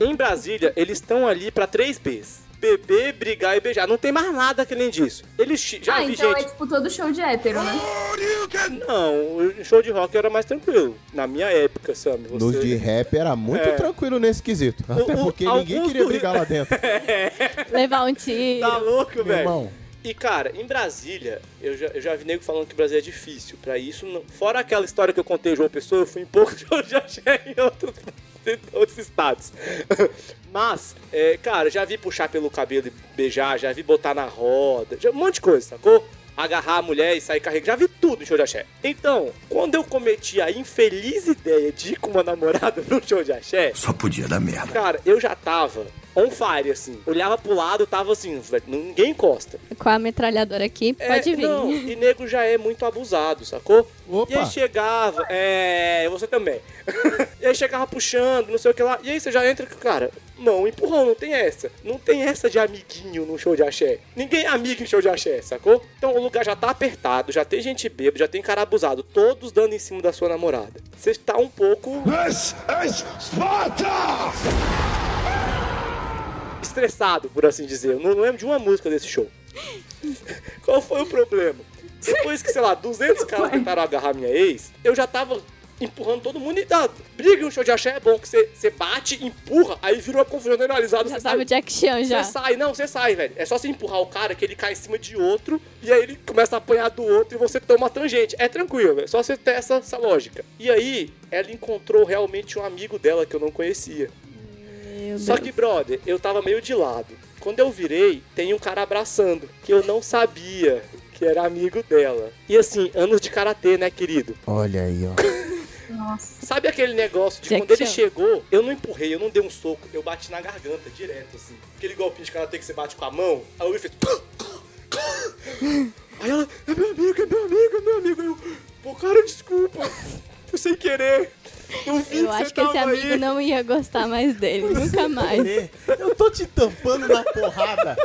Em Brasília, eles estão ali pra três Bs. Beber, brigar e beijar. Não tem mais nada que nem disso. Eles chi- já
Ah,
vi
então
gente...
é tipo todo show de hétero, né?
Não, o show de rock era mais tranquilo. Na minha época, Sam. Você...
Nos de rap era muito
É.
tranquilo nesse quesito. Até
o-
porque ninguém
alguns
queria
do Rio-
brigar lá
*laughs*
dentro.
Levar um tiro.
Tá louco,
Meu
velho?
irmão.
E, cara, em Brasília, eu já, eu já vi nego falando que Brasília é difícil. Pra isso, não... fora aquela história que eu contei, João Pessoa, *laughs* eu fui em poucos shows de axé em outros, em outros estados. *laughs* Mas, é, cara, já vi puxar pelo cabelo e beijar, já vi botar na roda, já- um monte de coisa, sacou? Agarrar a mulher e sair carregando, já vi tudo em show de axé. Então, quando eu cometi a infeliz ideia de ir com uma namorada *laughs* no show de axé,
Só podia dar merda.
cara, eu já tava on fire, assim. Olhava pro lado, tava assim, velho, ninguém encosta.
Com a metralhadora aqui,
É,
pode vir.
Não,
*laughs*
e nego já é muito abusado, sacou?
Opa.
E aí chegava, é, você também. *laughs* e aí chegava puxando, não sei o que lá. E aí você já entra, cara, não, empurrão, não tem essa. Não tem essa de amiguinho no show de axé. Ninguém é amigo em show de axé, sacou? Então o lugar já tá apertado, já tem gente bêbada, já tem cara abusado, todos dando em cima da sua namorada. Você tá um pouco
This is Sparta!
estressado, por assim dizer. Eu não lembro de uma música desse show. Qual foi o problema? Depois que, sei lá, 200 caras tentaram agarrar minha ex, eu já tava empurrando todo mundo e dado. Briga em um show de axé é bom, que você você bate, empurra, aí virou uma confusão generalizada.
Já
você
tava
sai.
o Jack Chan já.
Você sai, não, você sai, velho. É só você empurrar o cara que ele cai em cima de outro e aí ele começa a apanhar do outro e você toma a tangente. É tranquilo, velho. Só você ter essa, essa lógica. E aí, ela encontrou realmente um amigo dela que eu não conhecia. Só que, brother, eu tava meio de lado. Quando eu virei, tem um cara abraçando, que eu não sabia que era amigo dela. E assim, anos de karatê, né, querido?
Olha aí, ó.
Nossa.
Sabe aquele negócio de
Jack
quando ele
Chan.
chegou, eu não empurrei, eu não dei um soco, eu bati na garganta direto, assim. Aquele golpinho de karatê que você bate com a mão, aí o Will fez. Aí ela, é meu amigo, é meu amigo, é meu amigo. Aí eu, pô, cara, desculpa. Foi sem querer. Não vi
Eu
que você
acho que
tava
esse amigo
aí.
não ia gostar mais dele, nunca mais.
É, Eu tô te tampando na porrada.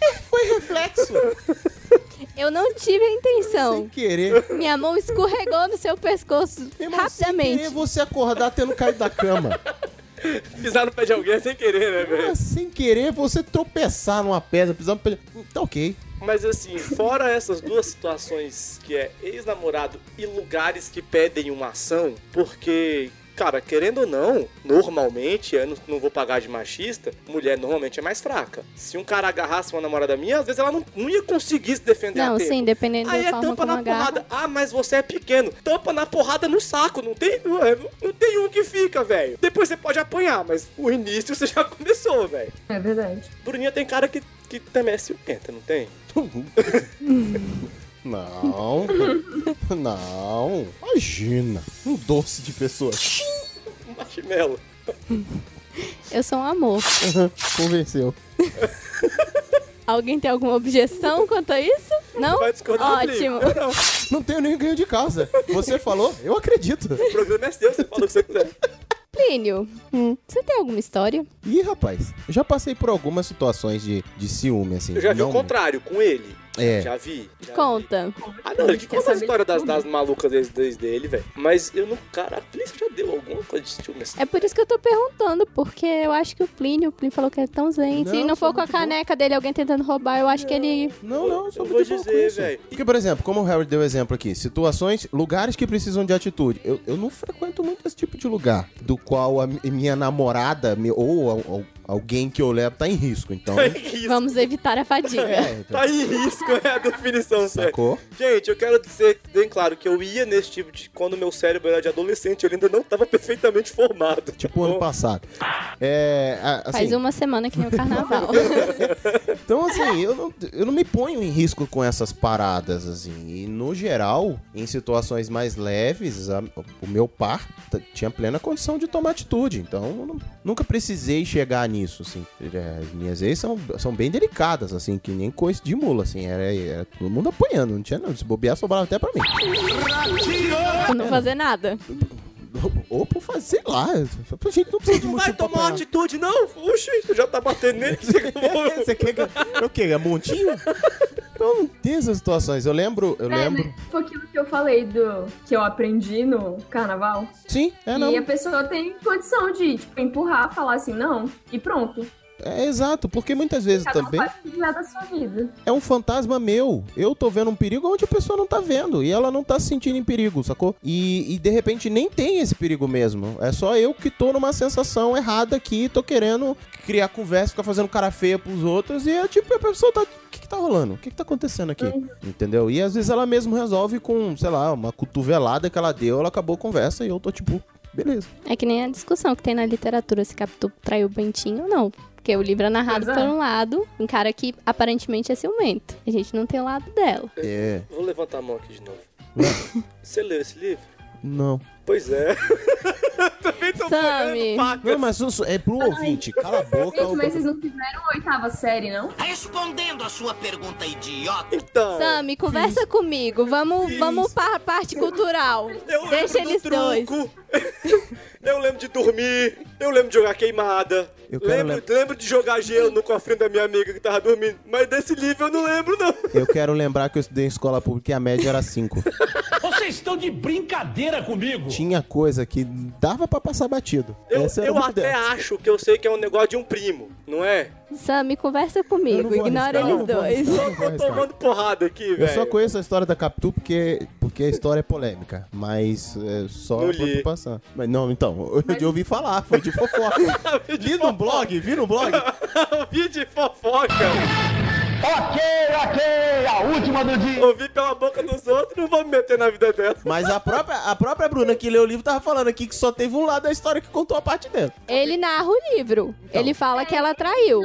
É, Foi reflexo.
Eu *laughs* não tive a
Sem
intenção.
querer.
Minha mão escorregou no seu pescoço
Irmão, Sem
rapidamente.
querer você acordar tendo caído da
*laughs*
cama.
Pisar no pé de alguém é sem querer, né, velho?
Ah, sem querer você tropeçar numa pedra, precisando. pe- Tá ok.
Mas assim, fora essas duas situações que é ex-namorado e lugares que pedem uma ação, porque, cara, querendo ou não, normalmente, eu não, não vou pagar de machista, mulher normalmente é mais fraca. Se um cara agarrasse uma namorada minha, às vezes ela não, não ia conseguir se defender a
Não,
tempo.
sim, dependendo
Aí
da
é
forma
tampa
como
na
agarra.
porrada. Ah, mas você é pequeno. Tampa na porrada no saco. Não tem, não é- não tem um que fica, velho. Depois você pode apanhar, mas o início você já *laughs* começou, velho.
É verdade.
Bruninha tem cara que, que também é ciumenta, não tem?
Não. Não. Imagina. Um doce de pessoa.
Um marshmallow.
Eu sou um amor.
Convenceu.
Alguém tem alguma objeção quanto a isso? Não?
Vai discordar do
Ótimo.
Felipe. Não, não.
Não tenho nem ganho de casa. Você falou, eu acredito.
O programa é seu, você fala o que você quiser.
Plínio, você tem alguma história?
Ih, rapaz, eu já passei por algumas situações de, de ciúme, assim.
Eu já vi
não-
o contrário com ele.
É.
Já vi. já
Conta.
vi. Ah, não, ele que
Quer
conta a
saber
história
de
das,
tudo?
das malucas desde, desde ele, velho. Mas eu não. Cara, a polícia já deu alguma coisa de ciúme assim.
É por isso que eu tô perguntando, porque eu acho que o Plínio, o Plínio falou que é tão zen. Se
Não,
não
um
for
sou
com a
muito bom.
caneca dele, alguém tentando roubar, eu acho que ele.
Não, não, só
Eu vou
de boa com
dizer,
isso.
velho.
Porque, por exemplo, como o Harold deu exemplo aqui, situações, lugares que precisam de atitude. Eu, eu não frequento muito esse tipo de lugar, do qual a mi- minha namorada me- ou, al- al- alguém que eu levo tá em risco.
*laughs*
Então,
Tá em risco.
Vamos evitar a fadiga.
é,
Tá em risco, é a definição, certo?
sacou?
Gente, eu quero dizer bem claro que eu ia nesse tipo de. Quando meu cérebro era de adolescente, ele ainda não tava perfeitamente formado.
Tipo ano passado. É, a- assim,
Faz um- uma semana que nem o
*laughs*
carnaval.
Então, assim, eu não, eu não me ponho em risco com essas paradas, assim. E, no geral, em situações mais leves, a- o meu par t- tinha plena condição de tomar atitude. Então, eu não- nunca precisei chegar nisso, assim. É, as minhas ex são, são bem delicadas, assim, que nem coice de mula, assim. Era, era todo mundo apanhando, não tinha não. Se bobear, sobrava até pra mim. *laughs*
Pra não fazer nada.
Ou por fazer, sei lá. A gente não precisa de
Não
motivo
vai
tipo, pra
tomar uma
apanhar.
atitude, não? Puxa, já tá batendo
*laughs*
nele.
Você quer que... É o quê? É montinho? Então, não tem essas situações. Eu lembro, eu
É,
lembro...
né? Foi aquilo que eu falei do que eu aprendi no carnaval.
Sim, é não.
E a pessoa tem condição de, tipo, empurrar, falar assim, não, e pronto.
É exato, porque muitas vezes
Cada
também
um faz o que quiser da sua vida.
é um fantasma meu. Eu tô vendo um perigo onde a pessoa não tá vendo e ela não tá se sentindo em perigo, sacou? E, e de repente nem tem esse perigo mesmo. É só eu que tô numa sensação errada aqui, tô querendo criar conversa, ficar fazendo cara feia pros outros e é tipo, a pessoa tá. O que, que tá rolando? O que, que tá acontecendo aqui?
Uhum.
Entendeu? E às vezes ela mesmo resolve com, sei lá, uma cotovelada que ela deu, ela acabou a conversa e eu tô tipo, beleza.
É que nem a discussão que tem na literatura se Capitu traiu o Bentinho ou não. Porque o livro é narrado
Pois é.
por um lado, um cara que aparentemente é ciumento. A gente não tem o lado dela.
É.
Vou levantar a mão aqui de novo. Você leu esse livro?
Não.
Pois é. *laughs* Também tô pagando
Sami.
paga.
Não, mas isso é pro ouvinte. Cala a boca.
Gente,
eu
mas
tô-
vocês não fizeram a oitava série, não?
Respondendo a sua pergunta idiota.
Então,
Sami, conversa comigo. Vamos,
Fiz.
vamos para a parte
*laughs*
cultural.
um
eu
Deixa
lembro
eles
do
dois.
truco. *laughs* eu lembro de dormir. Eu lembro de jogar queimada.
Eu quero
lembro,
lem-
lembro de jogar gelo no cofrinho da minha amiga que tava dormindo. Mas desse livro eu não lembro, não.
Eu quero lembrar que eu estudei em escola pública e a média era 5.
Vocês estão de brincadeira comigo!
Tinha coisa que dava pra passar batido.
Eu,
Essa era
eu
uma
até
delas.
acho que eu sei que é um negócio de um primo. não é?
Sammy, conversa comigo.
vou
Ignora
arriscar, eu
eles
não vou
dois.
arriscar.
Eu tô tomando porrada aqui,
Eu É só
*laughs* velho.
conheço a história da Capitu porque, porque a história é polêmica, mas é só
Não
pra
li.
tu passar. Mas não, então, eu de ouvi falar, foi de *laughs* fofoca. vi num
*laughs*
blog, vi num blog.
Ouvi de fofoca.
Ok, ok, a última do dia.
Ouvi pela boca dos outros, não vou me meter na vida dela.
Mas a própria, a própria Bruna que leu o livro tava falando aqui que só teve um lado da história que contou a parte dela.
Ele narra o livro.
Então.
Ele fala que ela traiu.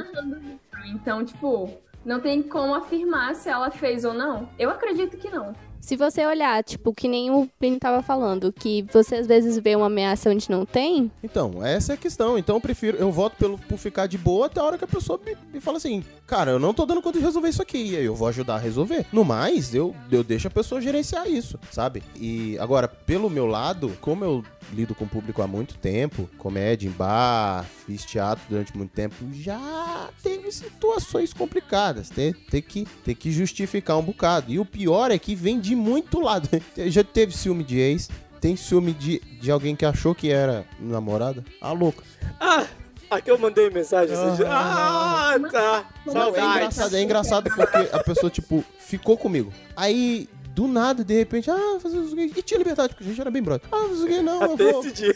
Então, tipo, não tem como afirmar se ela fez ou não. Eu acredito que não.
Se você olhar, tipo, que nem o Plínio tava falando, que você às vezes vê uma ameaça onde não tem,
Então, essa é a questão. Então eu prefiro, eu voto pelo, por ficar de boa até a hora que a pessoa me, me fala assim, cara, eu não tô dando conta de resolver isso aqui, e aí eu vou ajudar a resolver. No mais, eu, eu deixo a pessoa gerenciar isso, sabe? E agora, pelo meu lado, como eu lido com o público há muito tempo, comédia em bar, fiz teatro durante muito tempo, já teve situações complicadas, tem, tem, que, tem que justificar um bocado. E o pior é que vem de muito lado. *laughs* Já teve ciúme de ex, tem ciúme de, de alguém que achou que era namorada? Ah, louco.
Ah, aqui eu mandei mensagem. esse dia. Ah, tá.
É
Saudades.
engraçado, é engraçado porque a pessoa, tipo, ficou comigo. Aí, do nada, de repente, ah, fazer os gays. E tinha liberdade, porque a gente era bem brother. Ah, fazer os gays, *laughs* não, eu
Até
vou.
esse dia.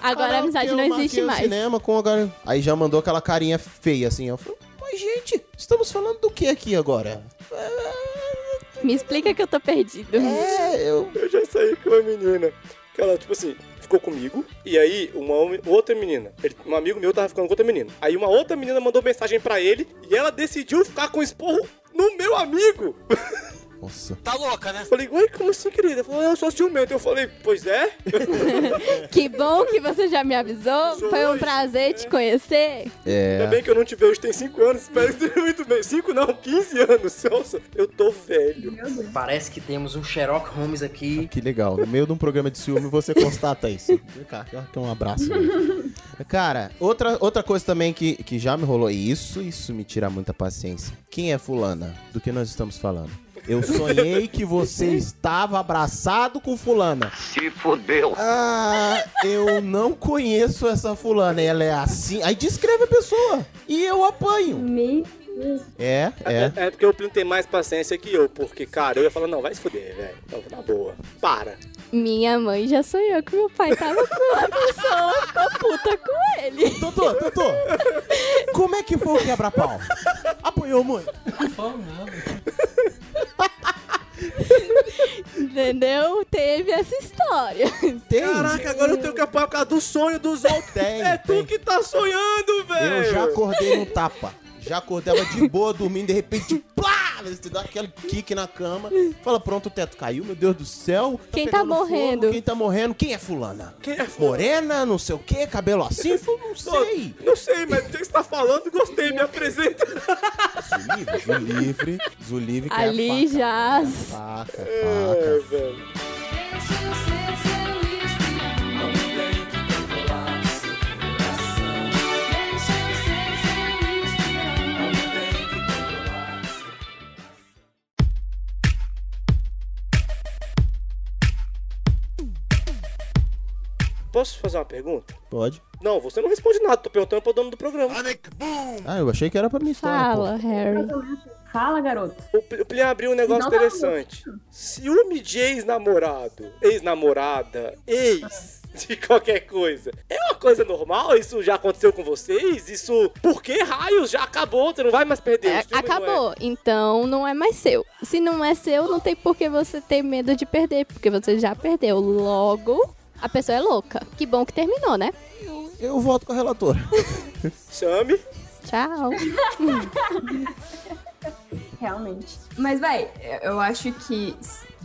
*laughs*
agora
Ah,
a amizade
porque
não
eu
existe
marquei o
mais.
Cinema com agora... Aí já mandou aquela carinha feia, assim, ó. Eu falei, mas, gente, estamos falando do que aqui agora?
Me explica que eu tô perdido.
É, eu...
Eu já saí com uma menina. Que ela, tipo assim, ficou comigo. E aí, uma hom- outra menina. ele- um amigo meu tava ficando com outra menina. Aí uma outra menina mandou mensagem pra ele e ela decidiu ficar com esporro no meu amigo.
Nossa.
Tá louca, né?
Eu falei, ué, como assim, querida? Ela falou, eu sou ciumento. Eu falei, pois é?
Que bom que você já me avisou.
Sou
Foi um
hoje,
prazer te conhecer.
É...
Ainda bem que eu não te vejo tem 5 anos. Espero que esteja muito bem. 5 não, 15 anos. *laughs* Nossa, eu tô velho.
Parece que temos um Sherlock Holmes aqui.
Que legal. No meio de um programa de ciúme você constata isso. Vem cá, que um abraço. Cara, outra, outra coisa também que, que já me rolou, e isso, isso me tira muita paciência. Quem é fulana? Do que nós estamos falando? Eu sonhei que você estava abraçado com fulana.
Se fodeu.
Ah, eu não conheço essa fulana. Ela é assim. Aí descreve a pessoa. E eu apanho.
Me...
É, é.
É porque o Plínio tem mais paciência que eu, porque, cara, eu ia falar, não, vai se fuder, velho. Não, na boa. Para.
Minha mãe já sonhou que meu pai tava com uma pessoa, ficou puta com ele.
Totô, Totô. Como é que foi o quebra-pau? Apanhou muito.
Entendeu? Teve essa história.
Tem.
Caraca, agora eu tenho que apoiar por causa do sonho dos outros.
Tem,
é
tem.
tu que é, tá sonhando, velho.
Eu já acordei
*laughs*
no tapa. Já acordava de boa, dormindo, de repente, plá! Você dá aquele kick na cama. Fala, pronto, o teto caiu, meu Deus do céu.
Quem tá
pegando fogo,
morrendo?
quem tá morrendo? Quem é fulana?
Quem é fulana?
Morena, não sei o quê, cabelo
*laughs*
assim? Eu falo, não sei.
Não sei, mas do jeito que você tá falando, gostei, me apresenta.
Zulivre, Zulivre, Zulivre quer
Ali
faca.
já.
Faca,
É,
faca.
velho. Posso fazer uma pergunta?
Pode.
Não, você não responde nada, tô perguntando pro dono do programa.
Ah, eu achei que era pra minha história,
Fala, Harry.
Fala, garoto.
O Pl- o Plin abriu um negócio
Não,
interessante. Ciúme de ex-namorado, ex-namorada, ex *laughs* de qualquer coisa. É uma coisa normal? Isso já aconteceu com vocês? Isso. Por que raios? Já acabou, você não vai mais perder.
É,
o ciúme não é.
acabou, então não é mais seu. Se não é seu, não tem por que você ter medo de perder, porque você já perdeu. Logo, a pessoa é louca. Que bom que terminou, né?
pô. Eu volto com a relatora.
Chame.
Tchau.
Realmente. Mas, véi, eu acho que,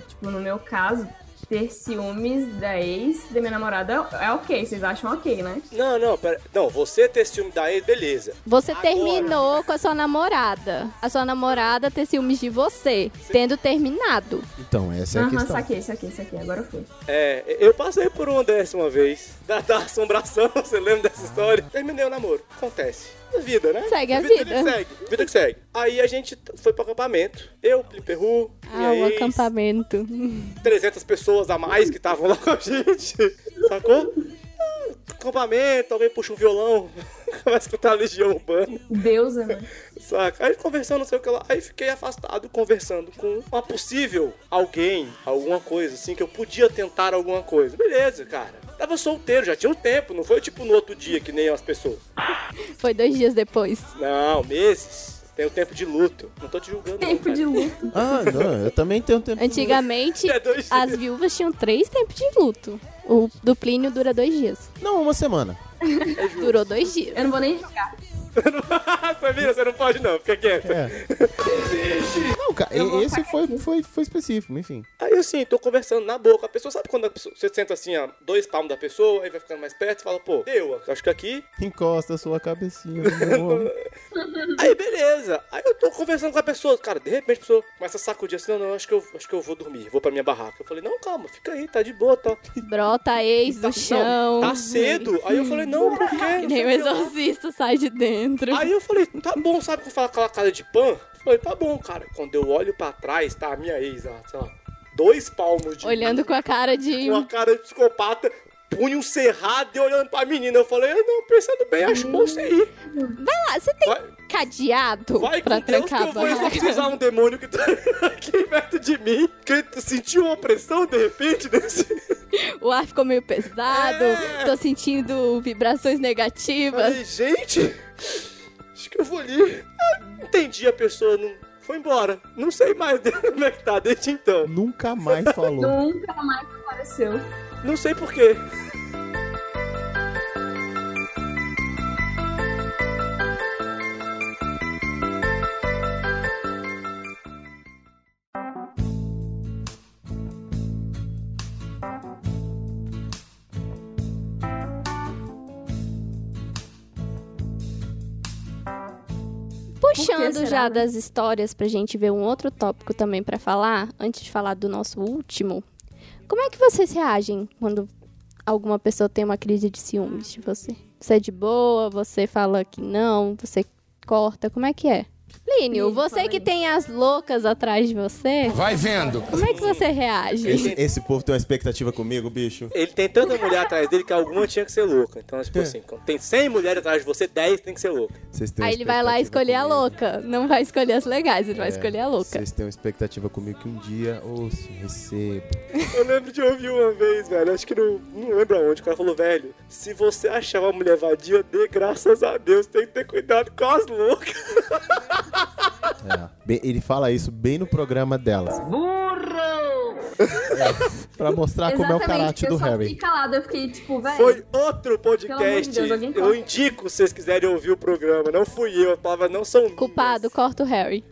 tipo, no meu caso, ter ciúmes da ex da minha namorada é ok. Vocês acham ok, né?
Não, não, pera. Não, você ter ciúme da ex, beleza.
Você
Agora.
terminou com a sua namorada. A sua namorada ter ciúmes de você, tendo terminado.
Então, essa é a
Aham,
questão.
saquei, saquei, saquei. Agora foi.
É, eu passei por uma dessa uma vez. Da, da assombração, *laughs* você lembra dessa história? Terminei o namoro. Acontece. A vida, né?
Segue a
Vida que
vida.
segue. Vida que segue. Aí a gente t- foi pro acampamento. Eu, Perru, minha
Ah, o
ex,
acampamento.
300 pessoas a mais que *laughs* estavam lá com a gente. Sacou? Ah, Acampamento, alguém puxa um violão. *laughs* Vai escutar a Legião Urbana.
Deus, mano.
Saca? Aí conversando, não sei o que lá. Aí fiquei afastado, conversando com uma possível alguém, alguma coisa, assim, que eu podia tentar alguma coisa. Beleza, cara. Tava solteiro, já tinha um tempo, não foi tipo no outro dia que nem as pessoas.
Foi dois dias depois.
Não, meses. Tem o tempo de luto. Não tô te julgando. não,
*laughs* Tempo
cara.
de luto.
Ah, não, eu também tenho tempo.
Antigamente,
É dois dias.
as viúvas tinham três tempos de luto. O do Plínio dura dois dias.
Não, uma semana.
Durou dois dias.
Eu não vou nem jogar.
Samira, Ah, você não pode não, fica quieto.
É. Não, cara,
Eu vou
esse
parar
foi, foi, foi específico, enfim.
Aí assim, tô conversando na boca. A pessoa sabe quando a pessoa, você senta assim, ó, dois palmos da pessoa, aí vai ficando mais perto e fala, pô, eu acho que aqui.
Encosta a sua cabecinha no meu ombro.
Aí beleza. Aí eu tô conversando com a pessoa, cara, de repente a pessoa começa a sacudir assim, não, não, acho que eu acho que eu vou dormir, vou pra minha barraca. Eu falei, não, calma, fica aí, tá de boa, tá.
Brota ex
Tá-
do chão.
Não, tá cedo. Aí eu falei, não, por quê?
Que
Não sei
*laughs* nem o
o que lá.
exorcista sai de dentro.
Aí eu falei, tá bom, sabe que eu falo aquela cara de pan? Eu Falei, tá bom, cara. Quando eu olho pra trás, tá a minha ex, ó, sei lá, dois palmos de
Olhando com a cara de.
uma cara de psicopata, punho cerrado e olhando pra menina. Eu falei, eu não, pensando bem, acho bom você ir.
Ah, você tem
Vai,
cadeado
vai com
pra
Deus que
trancar a
eu vou
barraca.
exorcizar um demônio que tá *laughs* aqui perto de mim. Que sentiu uma pressão de repente nesse.
O ar ficou meio pesado.
É.
Tô sentindo vibrações negativas.
Falei, gente, acho que eu vou ali. Ah, Entendi a pessoa, não. Foi embora. Não sei mais dele *laughs* como é que tá desde então.
Nunca mais falou.
Nunca Um mais apareceu.
Não sei porquê.
Por
Puxando
que
já
será, né?
das histórias pra gente ver um outro tópico também pra falar, antes de falar do nosso último. Como é que vocês reagem quando alguma pessoa tem uma crise de ciúmes de você? Você é de boa, você fala que não, você corta, como é que é? Plínio,
Plínio,
você
fala
que
aí.
tem as loucas atrás de você,
Vai vendo.
como é que você reage?
Esse, esse povo tem uma expectativa comigo, bicho.
Ele tem tanta mulher atrás dele que alguma tinha que ser louca. Então, tipo assim, quando tem 100 mulheres atrás de você, 10 tem que ser louca.
Vocês têm uma
Aí ele vai lá
expectativa
escolher a
comigo. É.
louca, não vai escolher as legais, ele vai escolher a louca.
Vocês têm uma expectativa comigo que um dia, ou se recebo.
Eu lembro de ouvir uma vez, velho. Acho que não, não lembro aonde. O cara falou, velho, se você achar uma mulher vadia, dê graças a Deus. Tem que ter cuidado com as loucas.
É. Bem- ele fala isso bem no programa delas. Burro! É, pra mostrar como é o caráter do
eu só
Harry.
fiquei calada, eu fiquei tipo, velho.
Foi outro
Pelo amor de
podcast.
Deus, alguém corta.
eu indico se vocês quiserem ouvir o programa. Não fui eu, as palavras não são minhas.
Culpado, corta o Harry.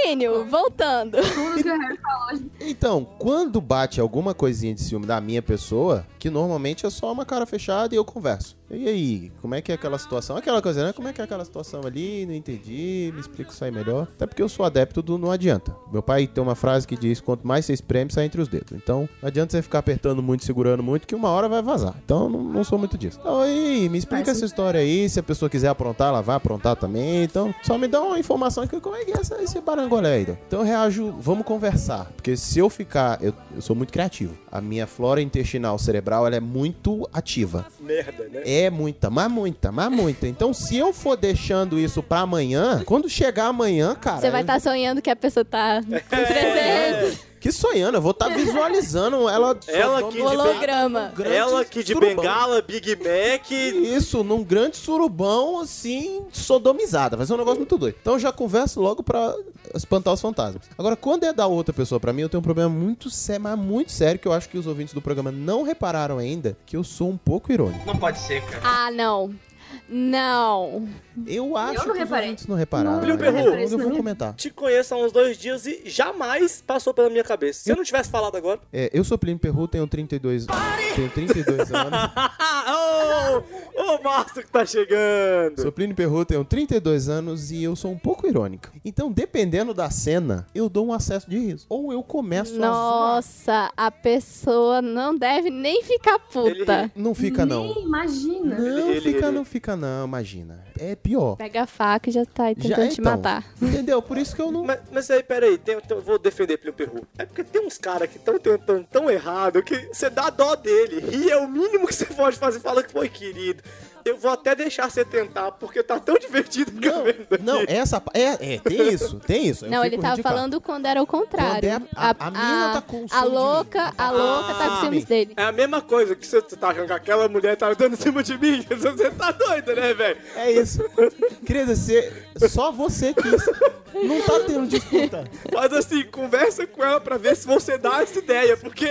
Plínio, voltando.
Tudo que o Harry falou, gente.
Então, quando bate alguma coisinha de ciúme da minha pessoa, que normalmente é só uma cara fechada e eu converso. E aí, como é que é aquela situação? Aquela coisa, né? Como é que é aquela situação ali? Não entendi, me explica isso aí melhor. Até porque eu sou adepto do não adianta. Meu pai tem uma frase que diz: quanto mais você espreme, sai entre os dedos. Então, não adianta você ficar apertando muito, segurando muito, que uma hora vai vazar. Então, eu não, não sou muito disso. Então, aí, me explica essa história aí. Se a pessoa quiser aprontar, ela vai aprontar também. Então, só me dá uma informação aqui, como é que é essa- esse barangolé aí. Então, eu reajo, vamos conversar. Porque se eu ficar, eu, eu sou muito criativo. A minha flora intestinal cerebral, ela é muito ativa.
Merda, né?
É muita, mas muita, mas muita. Então, se eu for deixando isso pra amanhã, quando chegar amanhã, cara.
Você vai tá
eu-
estar sonhando que a pessoa tá
*laughs*
com
É,
300
Que sonhando, eu vou estar visualizando ela.
Ela
só-
que-
holograma.
um grande
é. Ela que de
surubão.
bengala, Big Mac,
Isso, num grande surubão, assim, sodomizada. Vai ser um negócio muito doido. Então eu já converso logo pra espantar os fantasmas. Agora, quando é da outra pessoa pra mim, eu tenho um problema muito sério, mas muito sério, que eu acho que os ouvintes do programa não repararam ainda, que eu sou um pouco irônico.
Não pode ser, cara.
Ah, não. Não.
Eu acho que os
reparei.
ouvintes não repararam.
Não,
né?
Bill Perru.
eu vou comentar.
te conheço há uns dois dias e jamais passou pela minha cabeça. Se eu não tivesse falado agora. *laughs*
É, eu sou Plínio Perru, tenho 32, tenho 32 anos.
Ô, oh, o Márcio que tá chegando.
Sou Plínio Perru, tenho 32 anos e eu sou um pouco irônico. Então, dependendo da cena, eu dou um acesso de riso. Ou eu começo a zoar.
Nossa, a pessoa não deve nem ficar puta.
Não fica, não.
Nem
*laughs*
imagina.
Não
né? Ele-
fica,
ele-
não fica, não, imagina. É pior.
Pega a faca e já tá aí
Já
tentando te
então.
matar.
Entendeu? Por isso que eu não.
Mas, mas aí, peraí, tem, tem- vou defender Plínio Perru. É porque tem uns caras que estão tentando tão errado que você dá dó dele. E é o mínimo que você pode fazer. Fala que foi, querido. Eu vou até deixar você tentar, porque tá tão divertido que eu vendo
*laughs*
aqui.
Não, essa. pa- É, é, tem isso, tem isso. Eu
Não, ele
fico
tava
ridicado.
falando quando era o
Quando
contrário.
é a- a mina tá com ciúme
a
Ah, de mim.
louca, a louca tá com ciúmes dele.
É a mesma coisa que você tá achando que aquela mulher tá dando em cima de mim. *laughs* Você tá doido, né, velho?
É isso. Querida, você, só você quis. Não tá tendo disputa.
Mas assim, conversa com ela pra ver se você dá essa ideia, porque.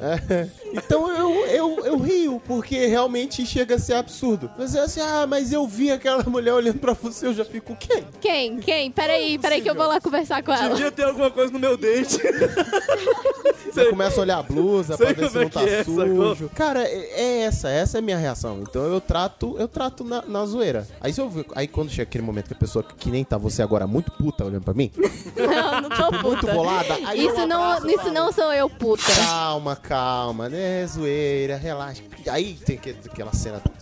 É. Então eu, eu, eu rio, porque realmente chega a ser absurdo. Você é assim, ah, mas eu vi aquela mulher olhando pra você, eu já fico quem?
Quem? Quem? Peraí, peraí que eu vou lá conversar com
Tá
ela.
Devia ter um alguma coisa no meu dente.
Você começa a olhar a blusa
Sei
pra ver se
como é
não tá
que é,
sujo.
sacou?
Cara, é é essa, essa é a minha reação. Então eu trato, eu trato na, na zoeira. Aí se eu ver- aí quando chega aquele momento que a pessoa que- que nem tá você agora muito puta olhando pra mim,
Não, não tô
muito
puta.
bolada, aí um eu
Isso não, isso não sou eu, puta.
Calma, calma, né? Zoeira, relaxa. Aí tem que- aquela cena de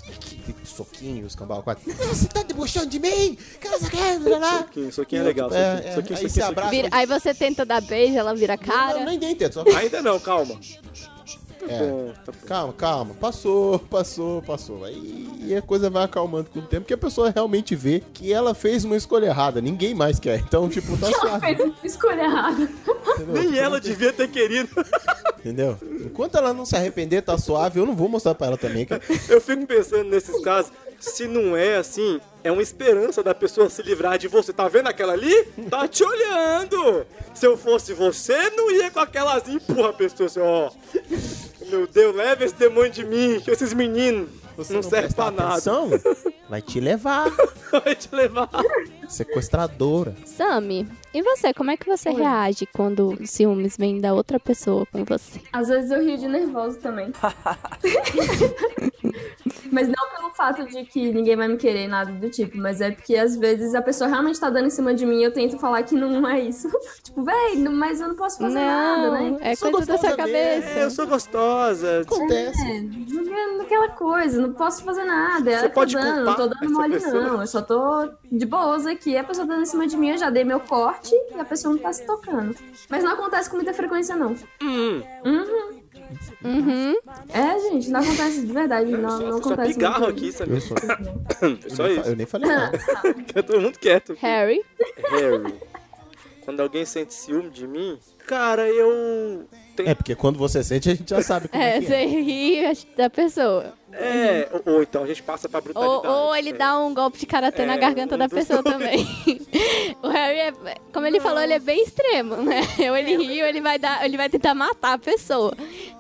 de soquinho, escambau, quatro. Você tá debochando de mim? Cara, você quer? blá, blá, blá.
Soquinho, soquinho é legal. Soquinho,
É, é.
soquinho,
Aí
soquinho,
se
soquinho.
abraça.
Vira- aí você tenta dar beijo, ela vira
Não,
cara.
nem nem tento. Só...
Ainda não, calma. Tá
É.
bom, tá bom.
Calma, calma. Passou, passou, passou. Aí a coisa vai acalmando com o tempo, que a pessoa realmente vê que ela fez uma escolha errada. Ninguém mais quer. Então, tipo,
*laughs*
tá
Ela
suave.
fez uma escolha errada.
Nem ela devia ter querido. *laughs*
Entendeu? Enquanto ela não se arrepender, tá suave. Eu não vou mostrar pra ela também, cara.
Eu fico pensando nesses casos, se não é assim, é uma esperança da pessoa se livrar de você. Tá vendo aquela ali? Tá te olhando! Se eu fosse você, não ia com aquelas empurra a pessoa assim, ó. Meu Deus, leva esse demônio de mim, que esses meninos não, servem
prestar
pra nada.
atenção, Vai te levar.
Vai te levar.
Sequestradora.
Sami, e você? Como é que você reage quando os ciúmes vêm da outra pessoa com você?
Às vezes eu rio de nervoso também. mas não pelo fato de que ninguém vai me querer, nada do tipo. Mas é porque às vezes a pessoa realmente tá dando em cima de mim e eu tento falar que não é isso. *laughs* tipo, véi, não- mas eu não posso fazer nada,
Não,
né?
é
Sou
coisa da sua
gostosa
É, eu
cabeça.
sou gostosa.
Acontece.
É, não é aquela coisa, não posso fazer nada. Ela
assim. Você
que
pode
tá dando, não tô
culpar
dando mole,
essa pessoa?
não. Eu só tô de boas aqui. A pessoa dando em cima de mim, eu já dei meu corte e a pessoa não tá se tocando. Mas não acontece com muita frequência, não. Uhum.
Uhum.
É, gente, não acontece de verdade. Não, não
Eu É, só
acontece.
pigarro
muito.
aqui, sabe?
Eu sou.
*coughs* Só isso.
Eu nem falei nada.
Fica *coughs* todo mundo quieto.
Harry,
Harry. Quando alguém sente ciúme de mim, cara, eu.
É, porque quando você sente, a gente já sabe como é,
é,
que é.
você ri da pessoa.
É, ou, ou então a gente passa pra
Ou,
brutalidade.
ou ele
É.
dá um golpe de karatê na
É,
garganta
um
da
dos
pessoa
dois.
também. *laughs* o Harry é, como ele falou, ele é bem extremo, né? Ou
É,
ele ri, ou ele vai dar, ele vai tentar matar a pessoa.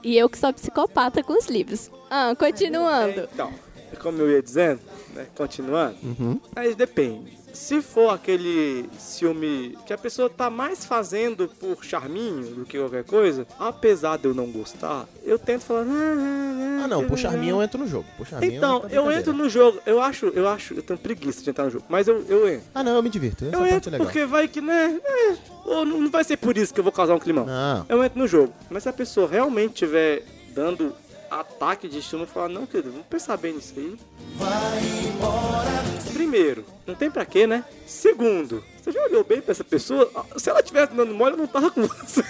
E eu que sou psicopata com os livros. Ah, continuando.
Então, como eu ia dizendo, né, continuando,
Uhum.
aí depende. Se for aquele ciúme que a pessoa tá mais fazendo por charminho do que qualquer coisa, apesar de eu não gostar, eu tento falar. ah,
Ah, não, puxa arminha eu entro no jogo. Puxa arminha
Então,
entro na
eu
brincadeira.
entro no jogo, eu acho, eu acho, eu tenho preguiça de entrar no jogo, mas eu, eu entro.
Ah, não, eu me divirto. Essa
Eu
parte
entro
é legal.
porque vai que, né? né, ou não não vai ser por isso que eu vou causar um climão.
Não.
Eu entro no jogo. Mas se a pessoa realmente estiver dando ataque de estilo, eu falo, não, querido, vamos pensar bem nisso aí. Primeiro, não tem pra quê, né? Segundo, você já olhou bem pra essa pessoa? Se ela estivesse dando mole, eu não tava com você.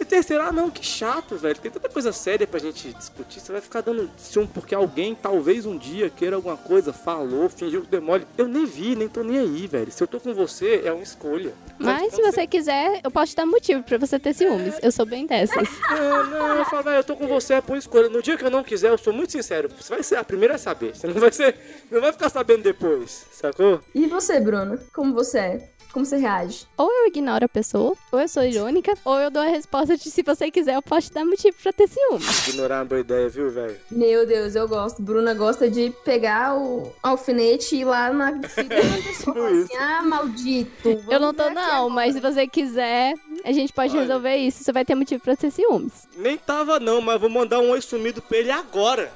E terceiro, ah não, que chato, velho. Tem tanta coisa séria pra gente discutir. Você vai ficar dando ciúme porque alguém talvez um dia queira alguma coisa, falou, fingiu que deu mole. Eu nem vi, nem tô nem aí, velho. Se eu tô com você, é uma escolha.
Mas se você quiser, eu posso te dar motivo pra você ter ciúmes. Eu sou bem dessas.
Ah.
Não, É, não, eu falo, velho, eu tô com você, é por escolha. No dia que eu não quiser, eu sou muito sincero. Você vai ser a primeira a saber. Você não vai ser. Não vai ficar sabendo depois, sacou?
E você, Bruno? Como você é? Como você reage?
Ou eu ignoro a pessoa, ou eu sou irônica, ou eu dou a resposta de se você quiser, eu posso te dar motivo pra ter ciúmes.
Ignorar é uma boa ideia, viu, velho?
Meu Deus, eu gosto. Bruna gosta de pegar o alfinete e ir
*laughs*
lá na fita da pessoa e falar assim, ah, maldito.
Eu
vamos
não tô,
ver aqui
não,
agora."
mas se você quiser, a gente pode resolver isso. Você vai ter motivo pra ter ciúmes.
Nem tava não, mas vou mandar um oi sumido pra ele agora.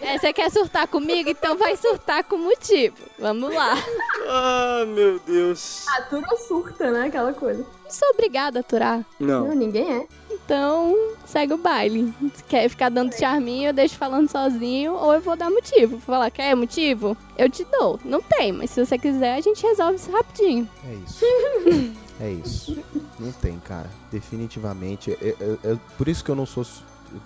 É, você quer surtar comigo? Então vai surtar com motivo. Vamos lá.
Ah, meu Deus.
Atura ou surta, né? Aquela coisa.
Não sou obrigada a aturar.
Não,
Não.
ninguém é.
Então, segue o baile. Se quer ficar dando charminho, eu deixo falando sozinho, ou eu vou dar motivo. Vou falar, quer motivo? Eu te dou. Não tem, mas se você quiser, a gente resolve isso rapidinho.
É isso. É isso. Não tem, cara. Definitivamente. É, é- é por isso que eu não sou.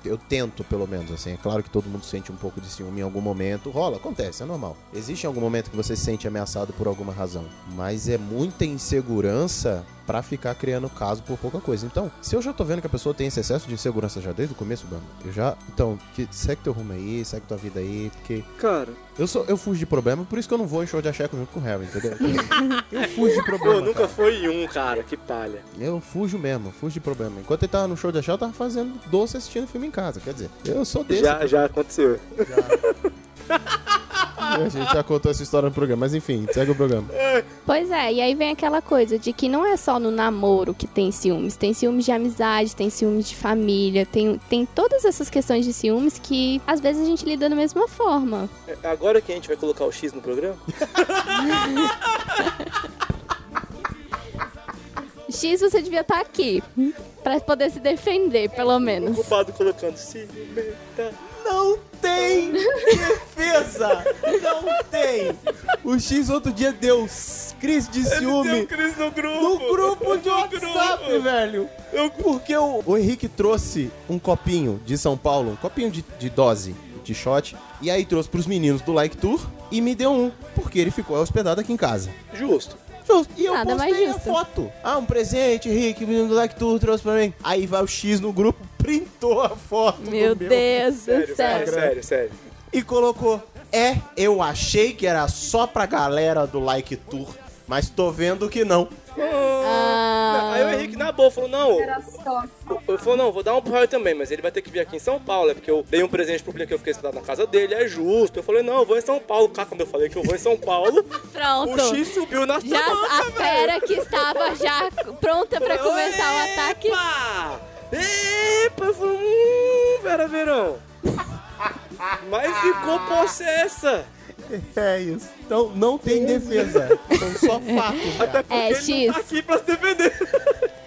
eu tento, pelo menos, assim. É claro que todo mundo sente um pouco de ciúme em algum momento. Rola, acontece, é normal. Existe algum momento que você se sente ameaçado por alguma razão. Mas é muita insegurança pra ficar criando caso por pouca coisa. Então, se eu já tô vendo que a pessoa tem esse excesso de insegurança já desde o começo, mano, eu já. Então, que, segue teu rumo aí, segue tua vida aí, porque.
Cara.
Eu, sou, eu fujo de problema, por isso que eu não vou em show de axeco junto com o Harry,
*laughs*
entendeu? Eu fujo de problema.
Pô, nunca foi um, cara, que palha.
Eu fujo mesmo, fujo de problema. Enquanto ele tava no show de axé, eu tava fazendo doce assistindo filme em casa. Quer dizer, eu sou desse.
Já, já aconteceu.
A gente já contou essa história no programa, mas enfim, segue o programa.
Pois é, e aí vem aquela coisa de que não é só no namoro que tem ciúmes. Tem ciúmes de amizade, tem ciúmes de família, tem, tem todas essas questões de ciúmes que às vezes a gente lida da mesma forma.
É Agora que a gente vai colocar o X no programa?
X, você devia estar aqui pra poder se defender, pelo menos.
Ocupado colocando cimenta.
Não tem defesa! Não tem! O X outro dia deu s- crise de ciúme.
crise no grupo!
No grupo de WhatsApp, velho!
Porque o, o Henrique trouxe um copinho de São Paulo, um copinho de, de dose, de shot, e aí trouxe pros meninos do Like Tour e me deu um, porque ele ficou hospedado aqui em casa.
Justo.
Justo. E eu
Nada mais
postei a
justo.
foto. Ah, um presente, Henrique, o menino do Like Tour trouxe pra mim. Aí vai o X no grupo, printou a foto do
Meu Deus do
Sério, sério,
céu.
sério, é sério.
e colocou: É, eu achei que era só pra galera do Like Tour, mas tô vendo que não.
Ah,
Aí o Henrique, na boa, falou, não,
Era só.
eu falou, não, vou dar um pro Harry também, mas ele vai ter que vir aqui em São Paulo, é porque eu dei um presente pro Blink que eu fiquei hospedado na casa dele, é justo. Eu falei, não, eu vou em São Paulo, cá, quando eu falei que eu vou em São
*laughs*
Paulo, o
pronto.
X subiu na
Já
semana,
a fera que estava já pronta pra começar o ataque.
Epa! Epa! Eu falei, hum, Vera Verão. Mas ficou possessa.
É isso. Então não tem defesa. São só fatos.
Até porque
É,
ele não tá
X.
aqui pra se defender.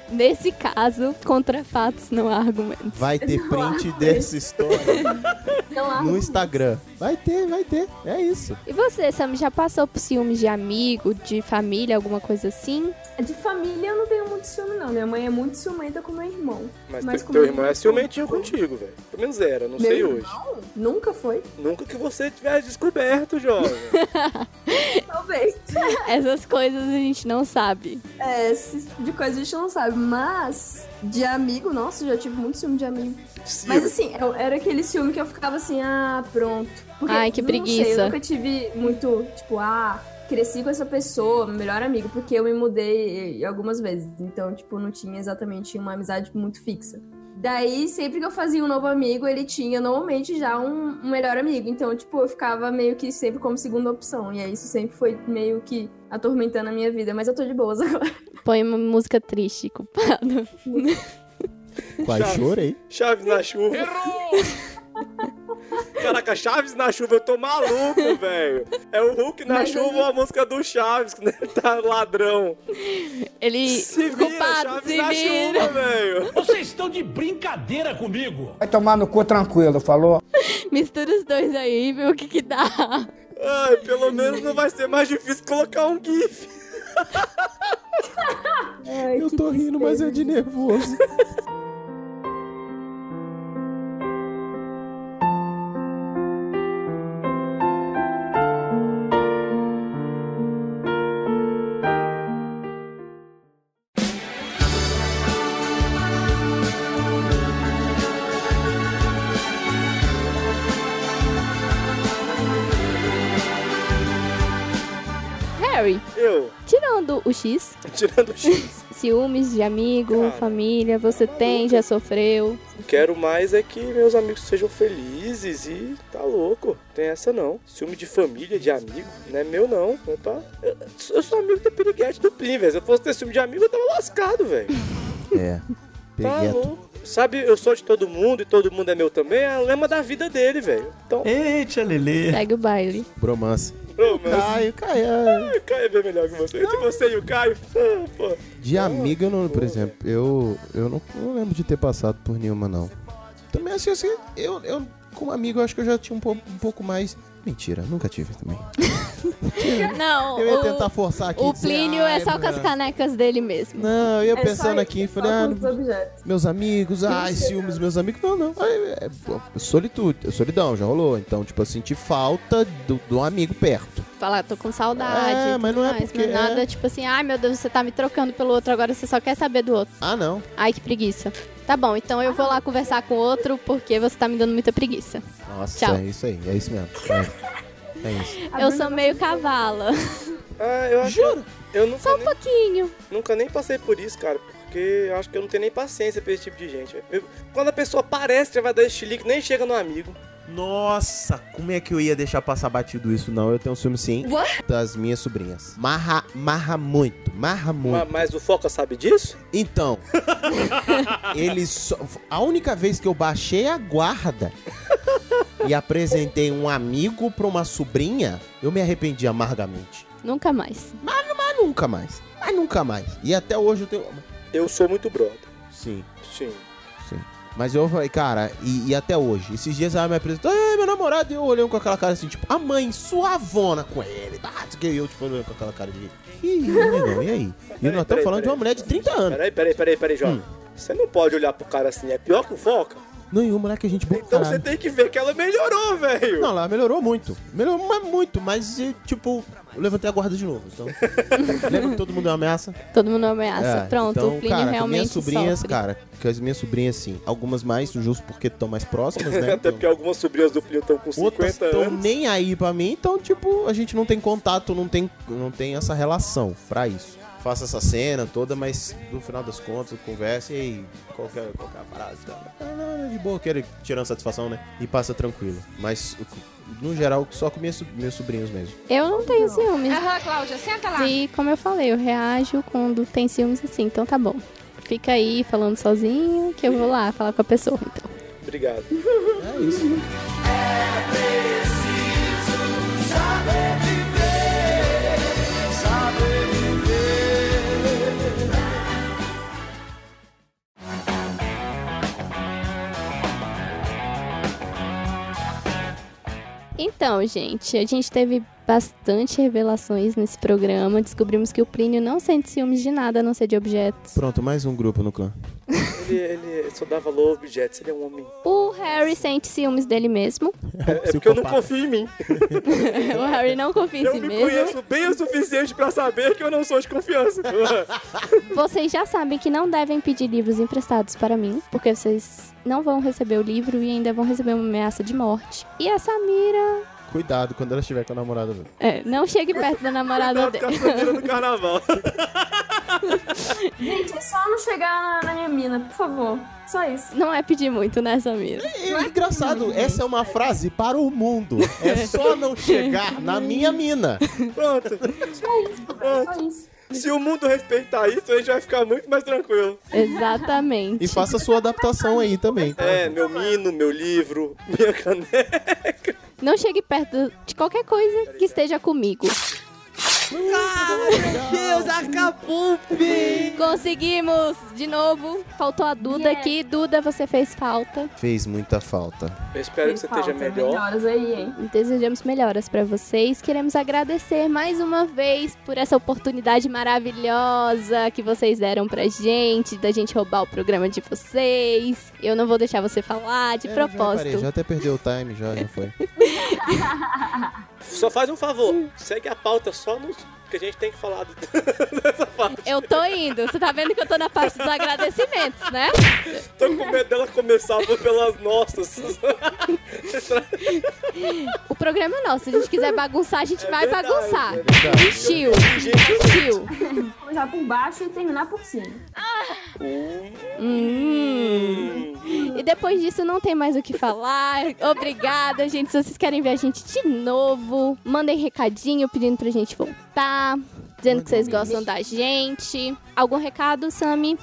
Nesse caso, contra fatos não há argumentos.
Vai ter print dessa história
Não há.
no Instagram. Vai ter, vai ter. É isso.
E você, Sam, já passou por ciúmes de amigo, de família, alguma coisa assim?
De família eu não tenho muito ciúme, não. Minha mãe é muito ciumenta com meu irmão.
Mas,
com
teu
meu
irmão é ciumentinho contigo, velho. Pelo menos era, não
Meu
sei hoje.
irmão? Nunca foi.
Nunca que você tivesse descoberto, jovem.
Talvez.
Essas coisas a gente não sabe.
É, esse tipo de coisa a gente não sabe. Mas de amigo, nossa, eu já tive muito ciúme de amigo.
Sim.
Mas assim, eu- era aquele ciúme que eu ficava assim, ah, pronto. Porque,
Ai, que
não Sei,
preguiça.
eu nunca tive muito, tipo, ah, cresci com essa pessoa, meu melhor amigo, porque eu me mudei eh, algumas vezes. Então, tipo, não tinha exatamente uma amizade muito fixa. Daí, sempre que eu fazia um novo amigo, ele tinha normalmente já um, um melhor amigo. Então, tipo, eu ficava meio que sempre como segunda opção. E aí, isso sempre foi meio que atormentando a minha vida. Mas eu tô de boas *laughs* agora.
Põe uma música triste, culpado.
Quase chorei.
Chaves na chuva. Caraca, Chaves na chuva, eu tô *laughs* maluco, velho. É o Hulk na
Mas
chuva
ele-
ou a música do Chaves, que ele tá ladrão.
Ele.
Se vira,
culpado,
Chaves
se
na
vira.
chuva, velho.
Vocês estão de brincadeira comigo!
Vai tomar no cu tranquilo, falou?
Mistura os dois aí, vê o que que dá.
Ai, pelo menos não vai ser mais difícil colocar um GIF.
Ai,
Eu tô rindo, mas é de nervoso.
Harry,
Eu,
tirando o X,
tirando o X.
ciúmes de amigo,
Cara,
família, você tem, já sofreu.
Quero mais é que meus amigos sejam felizes e tá louco. Tem essa não. Ciúme de família, de amigo, não é meu não. Eu, tá- eu- eu sou amigo da piriguete do Plim, velho. Se eu fosse ter ciúme de amigo, eu tava lascado, velho.
É.
Tá
Peguei a tu-
louco. Sabe, eu sou de todo mundo e todo mundo é meu também. É a lema da vida dele, velho. Então,
Eita,
É.
Lelê.
Segue o baile.
bromance.
ô, meu,
Caio, Caio.
o Caio é bem melhor que você. Entre você e o Caio, ah, pô.
De amiga, eu não, por exemplo, assim, eu, eu não, eu não lembro de ter passado por nenhuma, não. Também acho que assim, eu, eu Com um amigo, eu acho que eu já tinha um, po- um pouco mais. Mentira, nunca tive também.
Não,
Eu ia
o-
tentar forçar aqui. e
O
dizer,
Plínio
"Ai,
é só com as
mano."
canecas dele mesmo.
Não, eu
É
pensando
só-
aqui,
é
falei,
só
ah,
com os
objetos.
meus amigos, ai, ciúmes, meus amigos. Não, não. Aí, é, pô, solitude, é solidão, já rolou. Então, tipo, eu senti falta do, do amigo perto.
Falar, tô com
É,
saudade. e tudo
mas não é
mais,
porque-
mas nada
é.
tipo assim, ai meu Deus, você tá me trocando pelo outro, agora você só quer saber do outro.
Ah, não.
Ai, que preguiça. Tá bom, então eu vou lá conversar com outro porque você tá me dando muita preguiça.
Nossa,
Tchau.
é isso aí, é isso mesmo. É, é isso.
Eu sou meio cavala.
Ah, eu acho Juro? Eu, nunca
Só um
nem,
pouquinho.
nunca nem passei por isso, cara. Porque eu acho que eu não tenho nem paciência pra esse tipo de gente. velho. Eu- Quando a pessoa parece que já vai dar estilique, nem chega no amigo.
Nossa, como é que eu ia deixar passar batido isso? Não, eu tenho um ciúme sim
What?
das minhas sobrinhas. Marra, marra muito, marra
Ma-
muito.
Mas o Foca sabe disso?
Então, ele só, a única vez que eu baixei a guarda e apresentei um amigo pra uma sobrinha, eu me arrependi amargamente.
Nunca mais.
Mas, mas nunca mais. Mas nunca mais. E até hoje eu tenho.
Eu sou muito brother.
Sim.
Sim.
Sim. Mas eu falei, cara, e, e até hoje, esses dias ela me apresentou, "Ei, meu namorado, e eu olhei com aquela cara assim, tipo, a mãe suavona com ele, tá? Não sei o quê. E eu, tipo, olhando com aquela cara de. Ih, menino,
*laughs*
e aí? E nós estamos
peraí,
falando de uma mulher de 30 anos.
Peraí, peraí, peraí, peraí, Jovem. Você não pode olhar pro cara assim, é pior que o Foca?
Não, e o moleque a gente boa
Então
caralho.
você tem que ver que ela melhorou, velho.
Não, lá melhorou muito. Melhorou mas muito, mas e, tipo, eu levantei a guarda de novo.
*laughs*
Então. Lembra que todo mundo é uma ameaça?
Todo mundo ameaça.
É,
Ah, Pronto,
então,
o Plínio
cara, com
realmente
minhas sobrinhas,
sofre.
cara, com as minhas sobrinhas, sim. Algumas mais, justo porque estão mais próximas, né?
*laughs* Até porque algumas sobrinhas do Plínio estão com 50
Outras estão
anos.
nem aí pra mim, então, tipo, a gente não tem contato, não tem, não tem essa relação pra isso. Faço essa cena toda, mas no final das contas, conversa e aí, qual que é, qual que é a parada? Cara? Ah, não, é de boa, quero tirando satisfação, né? E passa tranquilo. Mas, no geral, só com minhas so- meus sobrinhos mesmo.
Eu não tenho ciúmes.
Aham, Cláudia, senta lá.
E como eu falei, eu reajo quando tem ciúmes assim, então tá bom. Fica aí falando sozinho que eu vou lá falar com a pessoa, então.
Obrigado.
É isso.
Então, gente, a gente teve bastante revelações nesse programa. Descobrimos que o Plínio não sente ciúmes de nada, a não ser de objetos.
Pronto, mais um grupo no clã.
Ele, ele só dá valor a objetos, ele é um homem.
O Harry sente ciúmes dele mesmo. *laughs*
É, é porque eu não confio em mim.
o Harry não confia em
eu
si
me
mesmo.
conheço bem o suficiente pra saber que eu não sou de confiança.
Vocês já sabem que não devem pedir livros emprestados para mim, porque vocês não vão receber o livro e ainda vão receber uma ameaça de morte. E a Samira.
Cuidado quando ela estiver com a namorada. velho.
É, não chegue perto da namorada
Cuidado com a Samira
dele.
do carnaval.
Gente, é só não chegar na, na minha mina, por favor. Só
*laughs*
isso.
Não é pedir muito, né, Samira?
É engraçado, essa é uma frase para o mundo. É só não chegar na minha mina.
Pronto. Pronto. Se o mundo respeitar isso, a gente vai ficar muito mais tranquilo.
Exatamente.
E faça a sua adaptação aí também.
É, meu mino, meu livro, minha caneca.
Não chegue perto de qualquer coisa que esteja comigo.
meu Deus, acabou,
Conseguimos! De novo, faltou a Duda aqui. Duda, você fez falta.
Fez muita falta.
Eu espero que você esteja
né?
melhor.
aí, hein?
Desejamos melhoras pra vocês. Queremos agradecer mais uma vez por essa oportunidade maravilhosa que vocês deram pra gente, da gente roubar o programa de vocês. Eu não vou deixar você falar de
É, já reparei,
propósito.
já até perdeu o time, já, já foi.
Só faz um favor, segue a pauta só no que a gente tem que falar.
Eu tô indo. Você tá vendo que eu tô na parte dos agradecimentos, né?
Tô com medo dela começar pelas nossas.
O programa é nosso. Se a gente quiser bagunçar, a gente vai
verdade,
bagunçar.
é
verdade.
Chill. Chill.
Começar por baixo e terminar por cima.
Hum. E depois disso não tem mais o que falar. Obrigada, gente. Se vocês querem ver a gente de novo, mandem recadinho pedindo pra gente voltar, dizendo que vocês gostam da gente. Algum recado, Sami?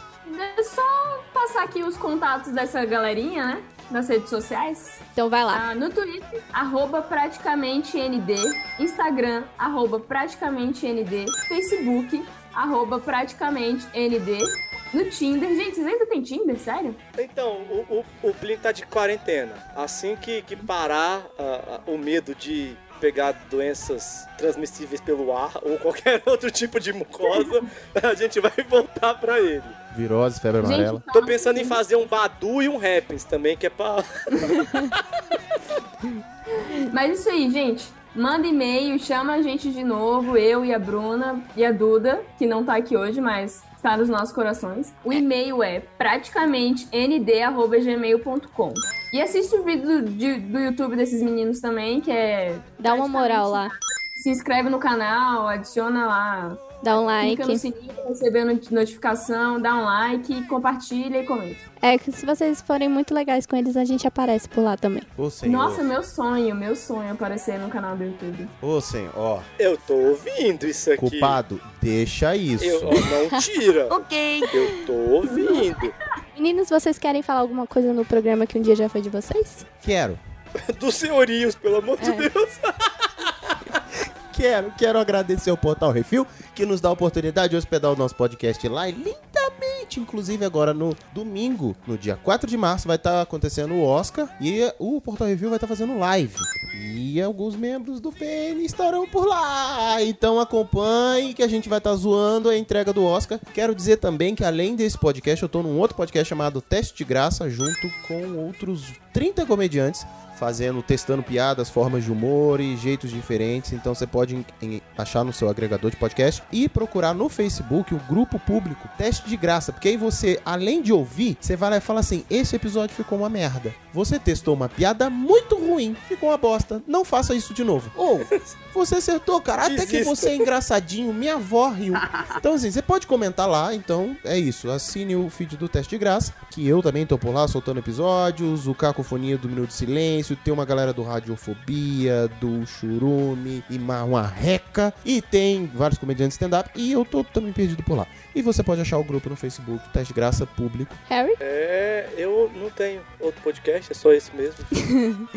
É só passar aqui os contatos dessa galerinha, né? Nas redes sociais. Ah,
Então vai lá.
no Twitter, arroba praticamente ND. Instagram, arroba praticamente ND. Facebook, arroba praticamente ND. No Tinder. Gente, vocês ainda tem Tinder? Sério?
Então, o, o, o Plínio tá de quarentena. Assim que, que parar ah, ah, o medo de pegar doenças transmissíveis pelo ar ou qualquer *laughs* outro tipo de mucosa, a gente vai voltar pra ele.
Virose, febre
tá
amarela.
Tô pensando em fazer um Badu e um Happens também, que é pra... *laughs*
Mas isso aí, gente. Manda e-mail, chama a gente de novo, eu e a Bruna e a Duda, que não tá aqui hoje, mas está nos nossos corações. O e-mail é praticamente nd@gmail.com. E assiste o vídeo do, de- do YouTube desses meninos também, que é
Dá uma moral lá.
se inscreve no canal, adiciona lá.
Dá um
Clica no
like.
sininho, pra receber not- notificação, dá um like, compartilha e comenta.
É que se vocês forem muito legais com eles, a gente aparece por lá também.
Ô, senhor.
Nossa, meu sonho, meu sonho é aparecer no canal do YouTube.
Ô, senhor, ó.
Eu tô ouvindo isso aqui.
Culpado, deixa isso.
Eu, ó, não tira.
Ok.
Eu tô ouvindo.
Meninos, vocês querem falar alguma coisa no programa que um dia já foi de vocês?
Quero.
Dos senhorios, pelo amor de Deus.
Quero, quero agradecer ao Portal Refil, que nos dá a oportunidade de hospedar o nosso podcast lá e lindamente. Inclusive, agora no domingo, no dia 4 de março, vai estar acontecendo o Oscar e o Portal Review vai estar fazendo live. E alguns membros do PN estarão por lá. Então acompanhe que a gente vai estar zoando a entrega do Oscar. Quero dizer também que além desse podcast, eu tô num outro podcast chamado Teste de Graça, junto com outros 30 comediantes fazendo, testando piadas, formas de humor e jeitos diferentes. Então você pode em- em- achar no seu agregador de podcast e procurar no Facebook o grupo público Teste de Graça, porque aí você, além de ouvir, você vai lá e fala assim: esse episódio ficou uma merda. Você testou uma piada muito ruim, ficou uma bosta. Não faça isso de novo. Ou você acertou, cara, até que
Desista.
você é engraçadinho, minha avó riu. Então assim, você pode comentar lá, então é isso. Assine o feed do Teste de Graça, que eu também tô por lá soltando episódios, o Cacofonia do Minuto de Silêncio, tem uma galera do Radiofobia, do Churume e Marreca, e tem vários comediantes stand-up, e eu tô também perdido por lá. E você pode achar o grupo no Facebook, Teste de Graça Público.
Harry?
É, eu não tenho outro podcast, é só esse mesmo.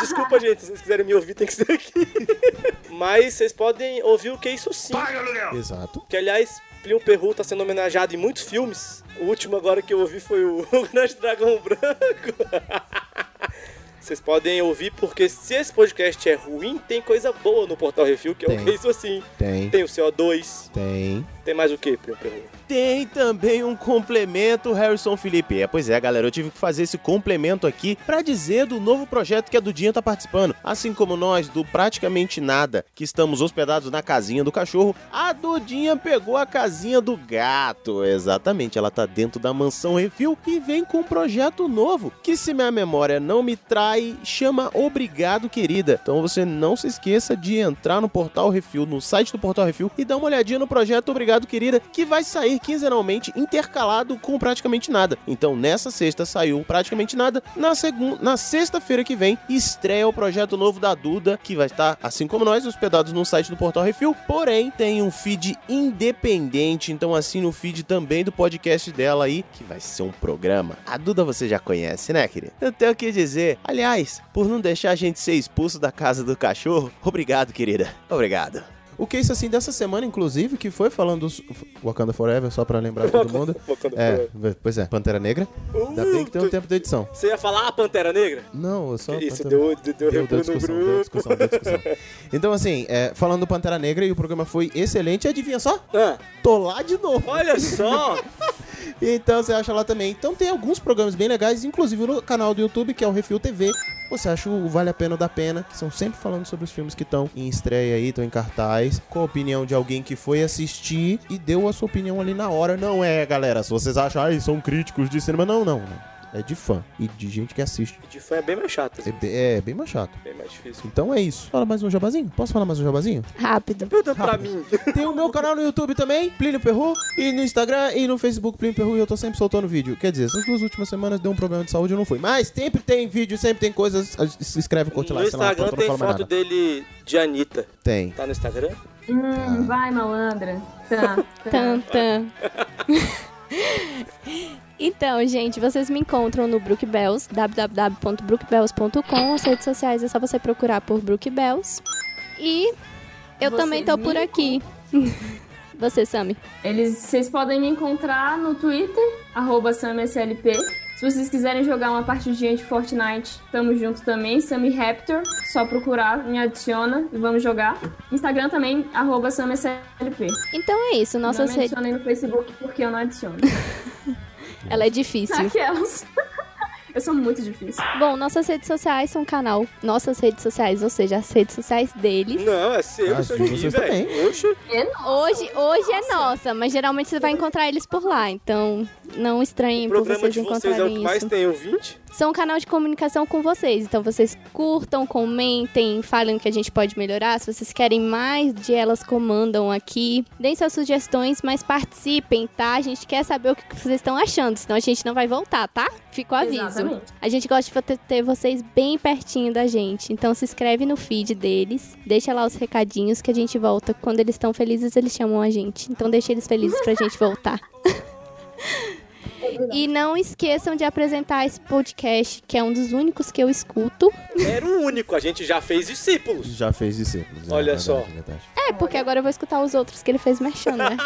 Desculpa, gente, se vocês quiserem me ouvir, tem que ser aqui. Mas vocês podem ouvir o que é isso sim. Paga aluguel!
Exato.
Que, aliás, Plínio Perru tá sendo homenageado em muitos filmes. O último agora que eu ouvi foi o *laughs* O Grande Dragão Branco. Vocês podem ouvir, porque se esse podcast é ruim, tem coisa boa no Portal Refil, que é
Tem.
o que é isso assim.
Tem.
Tem o CO2.
Tem.
Tem mais o que, Plínio Perru?
Tem também um complemento, Harrison Felipe. É, pois é, galera, eu tive que fazer esse complemento aqui pra dizer do novo projeto que a Dudinha tá participando. Assim como nós, do Praticamente Nada, que estamos hospedados na casinha do cachorro, a Dudinha pegou a casinha do gato. Exatamente, ela tá dentro da mansão Refil e vem com um projeto novo, que se minha memória não me trai, chama Obrigado Querida. Então você não se esqueça de entrar no Portal Refil, no site do Portal Refil e dar uma olhadinha no projeto Obrigado Querida, que vai sair quinzenalmente intercalado com praticamente nada. Então nessa sexta saiu praticamente nada, na segunda, na sexta-feira que vem estreia o projeto novo da Duda, que vai estar assim como nós hospedados no site do Portal Refil, porém tem um feed independente, então assine o feed também do podcast dela aí, que vai ser um programa. A Duda você já conhece, né, querida? Eu tenho que dizer, aliás, por não deixar a gente ser expulso da casa do cachorro, obrigado, querida. Obrigado.
O que isso assim dessa semana, inclusive, que foi falando do Wakanda Forever, só pra lembrar todo mundo.
Wakanda
é, pois é, Pantera Negra. Ainda bem que tem um tempo de edição.
Você ia falar a Pantera Negra?
Não, eu só.
Hum, Isso
Pantera-
deu, deu, deu, recuo no
discussão,
grupo.
deu discussão, deu discussão.
*laughs*
Então, assim, é, falando do Pantera Negra e o programa foi excelente, adivinha só?
Ah,
Tô lá de novo.
Olha só!
*laughs* então você acha lá também. Então tem alguns programas bem legais, inclusive no canal do YouTube, que é o Refil TV. Você acha o Vale a Pena ou da Pena, que são sempre falando sobre os filmes que estão em estreia aí, estão em cartaz, com a opinião de alguém que foi assistir e deu a sua opinião ali na hora. Não é, galera, se vocês acham, ah, eles são críticos de cinema. Não, não, não. É de fã e de gente que assiste.
De fã é bem mais chato.
É, be- é bem mais chato.
Bem mais
*laughs*
difícil.
Então é isso. Fala mais um jabazinho? Posso falar mais um jabazinho?
Rápido.
Pergunta pra mim.
Tem o meu canal no YouTube também, Plínio Perru, e no Instagram e no Facebook Plínio Perru, e eu tô sempre soltando vídeo. Quer dizer, essas duas últimas semanas deu um problema de saúde, eu não fui. Mas sempre tem vídeo, sempre tem coisas. Se inscreve, curte lá,
No
sei lá,
Instagram
pra não
tem
falar mais
foto
nada.
dele de Anitta.
Tem.
Tá no Instagram?
Hum, vai, malandra. Tá,
Tan, tan. *laughs* Então, gente, vocês me encontram no Brook Bells, www.brookbells.com. As redes sociais é só você procurar por Brook Bells. E eu
Vocês
também tô
me
por aqui. *laughs* Você, Sami.
Eles, vocês podem me encontrar no Twitter, arroba SamSLP. Se vocês quiserem jogar uma partidinha de Fortnite, tamo junto também, Sammy Raptor. Só procurar, me adiciona e vamos jogar. Instagram também, arroba SamSLP.
Então é isso,
Não
nossas
me
redes.
adicionem no Facebook porque eu não adiciono.
*laughs* Ela é *laughs* difícil.
Aquelas. *laughs* eu sou muito difícil.
Bom, nossas redes sociais são canal. Nossas redes sociais, ou seja, as redes sociais deles.
Não, é seu,
Ah,
isso
de
aqui,
vocês
velho. Oxe.
Hoje, hoje é nossa, mas geralmente você vai encontrar eles por lá, então não estranhem
O
por
programa
vocês
de vocês é o que
encontrarem
mais
isso.
tem ouvinte?
São um canal de comunicação com vocês, então vocês curtam, comentem, falem o que a gente pode melhorar. Se vocês querem mais de elas, comandam aqui. Deem suas sugestões, mas participem, tá? A gente quer saber o que vocês estão achando, senão a gente não vai voltar, tá? Fica o aviso.
Exatamente.
A gente gosta de vo- ter- ter vocês bem pertinho da gente. Então se inscreve no feed deles, deixa lá os recadinhos que a gente volta. Quando eles estão felizes, eles chamam a gente. Então deixa eles felizes pra gente voltar. E não esqueçam de apresentar esse podcast, que é um dos únicos que eu escuto.
Era o único, a gente já fez discípulos.
Já fez discípulos.
Olha
verdade,
só.
verdade.
É, porque agora eu vou escutar os outros que ele fez
*laughs*
mexendo, né?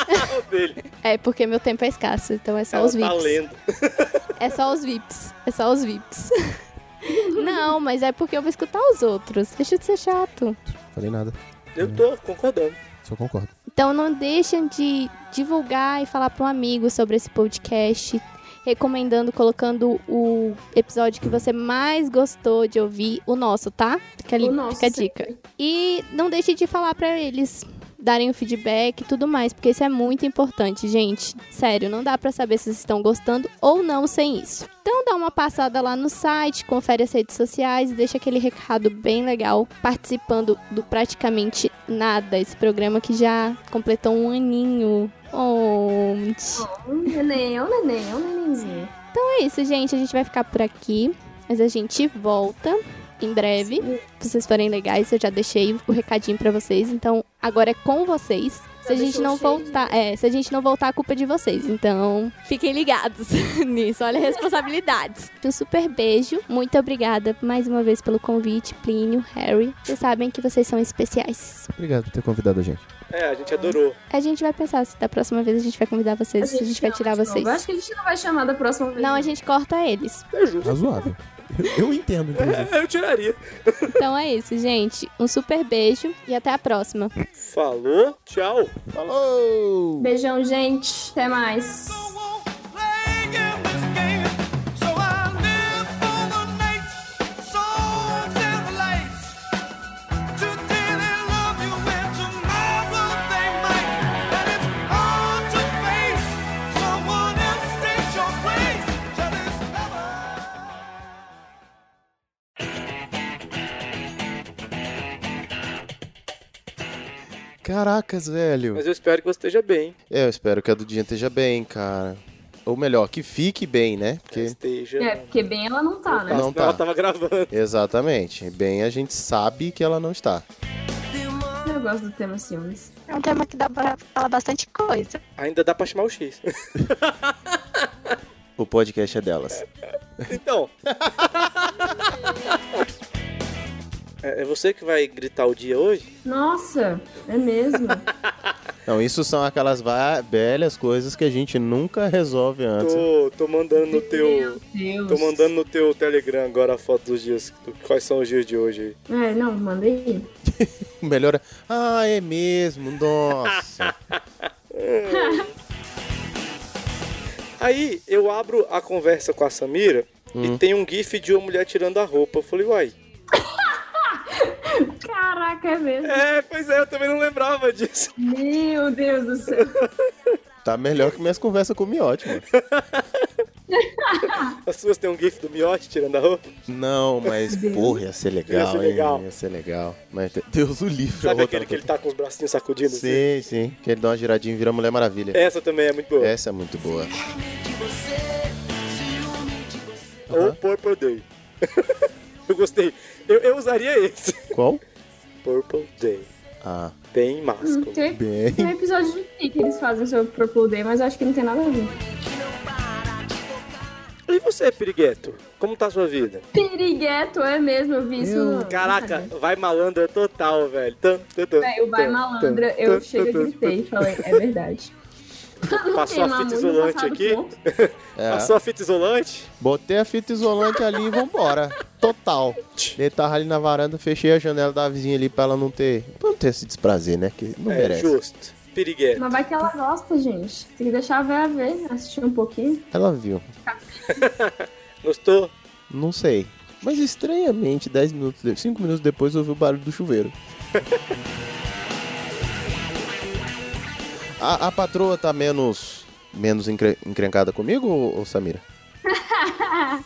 É, porque meu tempo é escasso, então é *laughs* só
Ela
os
tá
VIPs.
lendo.
É só os VIPs. É só os VIPs. *laughs* Não, mas é porque eu vou escutar os outros. Deixa de ser chato.
Falei nada.
Eu tô concordando.
Só concordo.
Então não deixem de divulgar e falar para um amigo sobre esse podcast, recomendando, colocando o episódio que você mais gostou de ouvir, o nosso, tá? Fica ali,
O nosso,
fica a dica. E não deixe de falar para eles darem o feedback e tudo mais, porque isso é muito importante, gente. Sério, não dá para saber se vocês estão gostando ou não sem isso. Então dá uma passada lá no site, confere as redes sociais, deixa aquele recado bem legal, participando do praticamente nada, esse programa que já completou um aninho. Oh,
Um neném, um neném, um nenenzinho.
então é isso, gente. A gente vai ficar por aqui. Mas a gente volta em breve. Se vocês forem legais, eu já deixei o recadinho pra vocês. Então agora é com vocês. Se a gente
deixou
não
cheio
voltar, é, se a gente não voltar, a culpa é de vocês. Então, fiquem ligados *laughs* nisso. Olha responsabilidades. Um super beijo. Muito obrigada mais uma vez pelo convite, Plínio, Harry. Vocês sabem que vocês são especiais.
Obrigado por ter convidado a gente.
É, a gente adorou.
A gente vai pensar se da próxima vez a gente vai convidar vocês, se a gente vai tirar vocês.
Eu acho que a gente não vai chamar da próxima vez.
Não, a gente corta eles.
É Razoável. Tá Eu, eu entendo, inclusive.
Eu tiraria.
Então é isso, gente. Um super beijo e até a próxima.
Falou, tchau.
Falou!
Beijão, gente. Até mais.
Caracas, velho.
Mas eu espero que você esteja bem.
É, eu espero que a Dudinha esteja bem, cara. Ou melhor, que fique bem, né? Porque.
Esteja.
É, porque bem ela não tá, né?
Não
Então
Não, É. ela
tá.
tava gravando.
Exatamente. Bem, a gente sabe que ela não está.
Eu gosto do tema ciúmes.
É um tema que dá pra falar bastante coisa.
Ainda dá pra chamar o X.
O podcast é delas.
Então. é é você que vai gritar o dia hoje?
Nossa, é mesmo.
Não, isso são aquelas va- velhas coisas que a gente nunca resolve antes.
Tô, tô mandando no teu.
Deus.
Tô mandando no teu Telegram agora a foto dos dias. do- Quais são os dias de hoje aí?
É, não, mandei.
O melhor é. Ah, é mesmo, nossa.
Aí eu abro a conversa com a Samira
Hum.
e tem um GIF de uma mulher tirando a roupa. Eu falei, uai.
Caraca, é mesmo.
É, pois é, eu também não lembrava disso.
Meu Deus do céu.
tá melhor que minhas conversas com o Miotti, mano.
As suas têm um GIF do Miotti tirando a roupa?
Não, mas porra, ia ser legal,
Ia ser legal.
hein? Ia ser legal. Mas Deus o livre. eu
Sabe
vou
aquele
tá-
que ele tá com os bracinhos sacudindo? assim?
Sim, sim. Que ele dá uma giradinha e vira Mulher Maravilha.
Essa também é muito boa.
Essa é muito boa.
Ou Purple Day. *laughs* eu gostei. Eu, eu usaria esse.
Qual?
Purple Day.
Ah,
Bem másculo.
Tem,
Bem.
tem um episódio de Pi que eles fazem sobre Purple Day, mas eu acho que não tem nada a ver.
E você, Pirigueto? Como tá a sua vida?
Pirigueto é mesmo, eu vi isso. no-
Caraca, vai malandra total, velho. Tum, tum, tum,
Véi, o Vai
tum,
Malandra,
tum,
eu
tum,
chego e *laughs*
tum,
gritei e falei, é verdade.
tum. Passou
Tem
a
lá
fita
muito
isolante
passado
aqui. *laughs*
É.
Passou a fita isolante.
Botei a fita isolante ali e vambora. Total. Deitava ali na varanda, fechei a janela da vizinha ali pra ela não ter. Pra não ter esse desprazer, né? Que não
é,
merece.
justo. Piriguete.
Mas vai que ela gosta, gente. Tem que deixar a véia ver, assistir um pouquinho.
Ela viu.
Gostou?
Não sei. Mas estranhamente, 10 minutos, 5 minutos depois, ouvi o barulho do
*laughs*
chuveiro. a, a patroa tá menos. menos encre- encrencada comigo, ô, ô, Samira?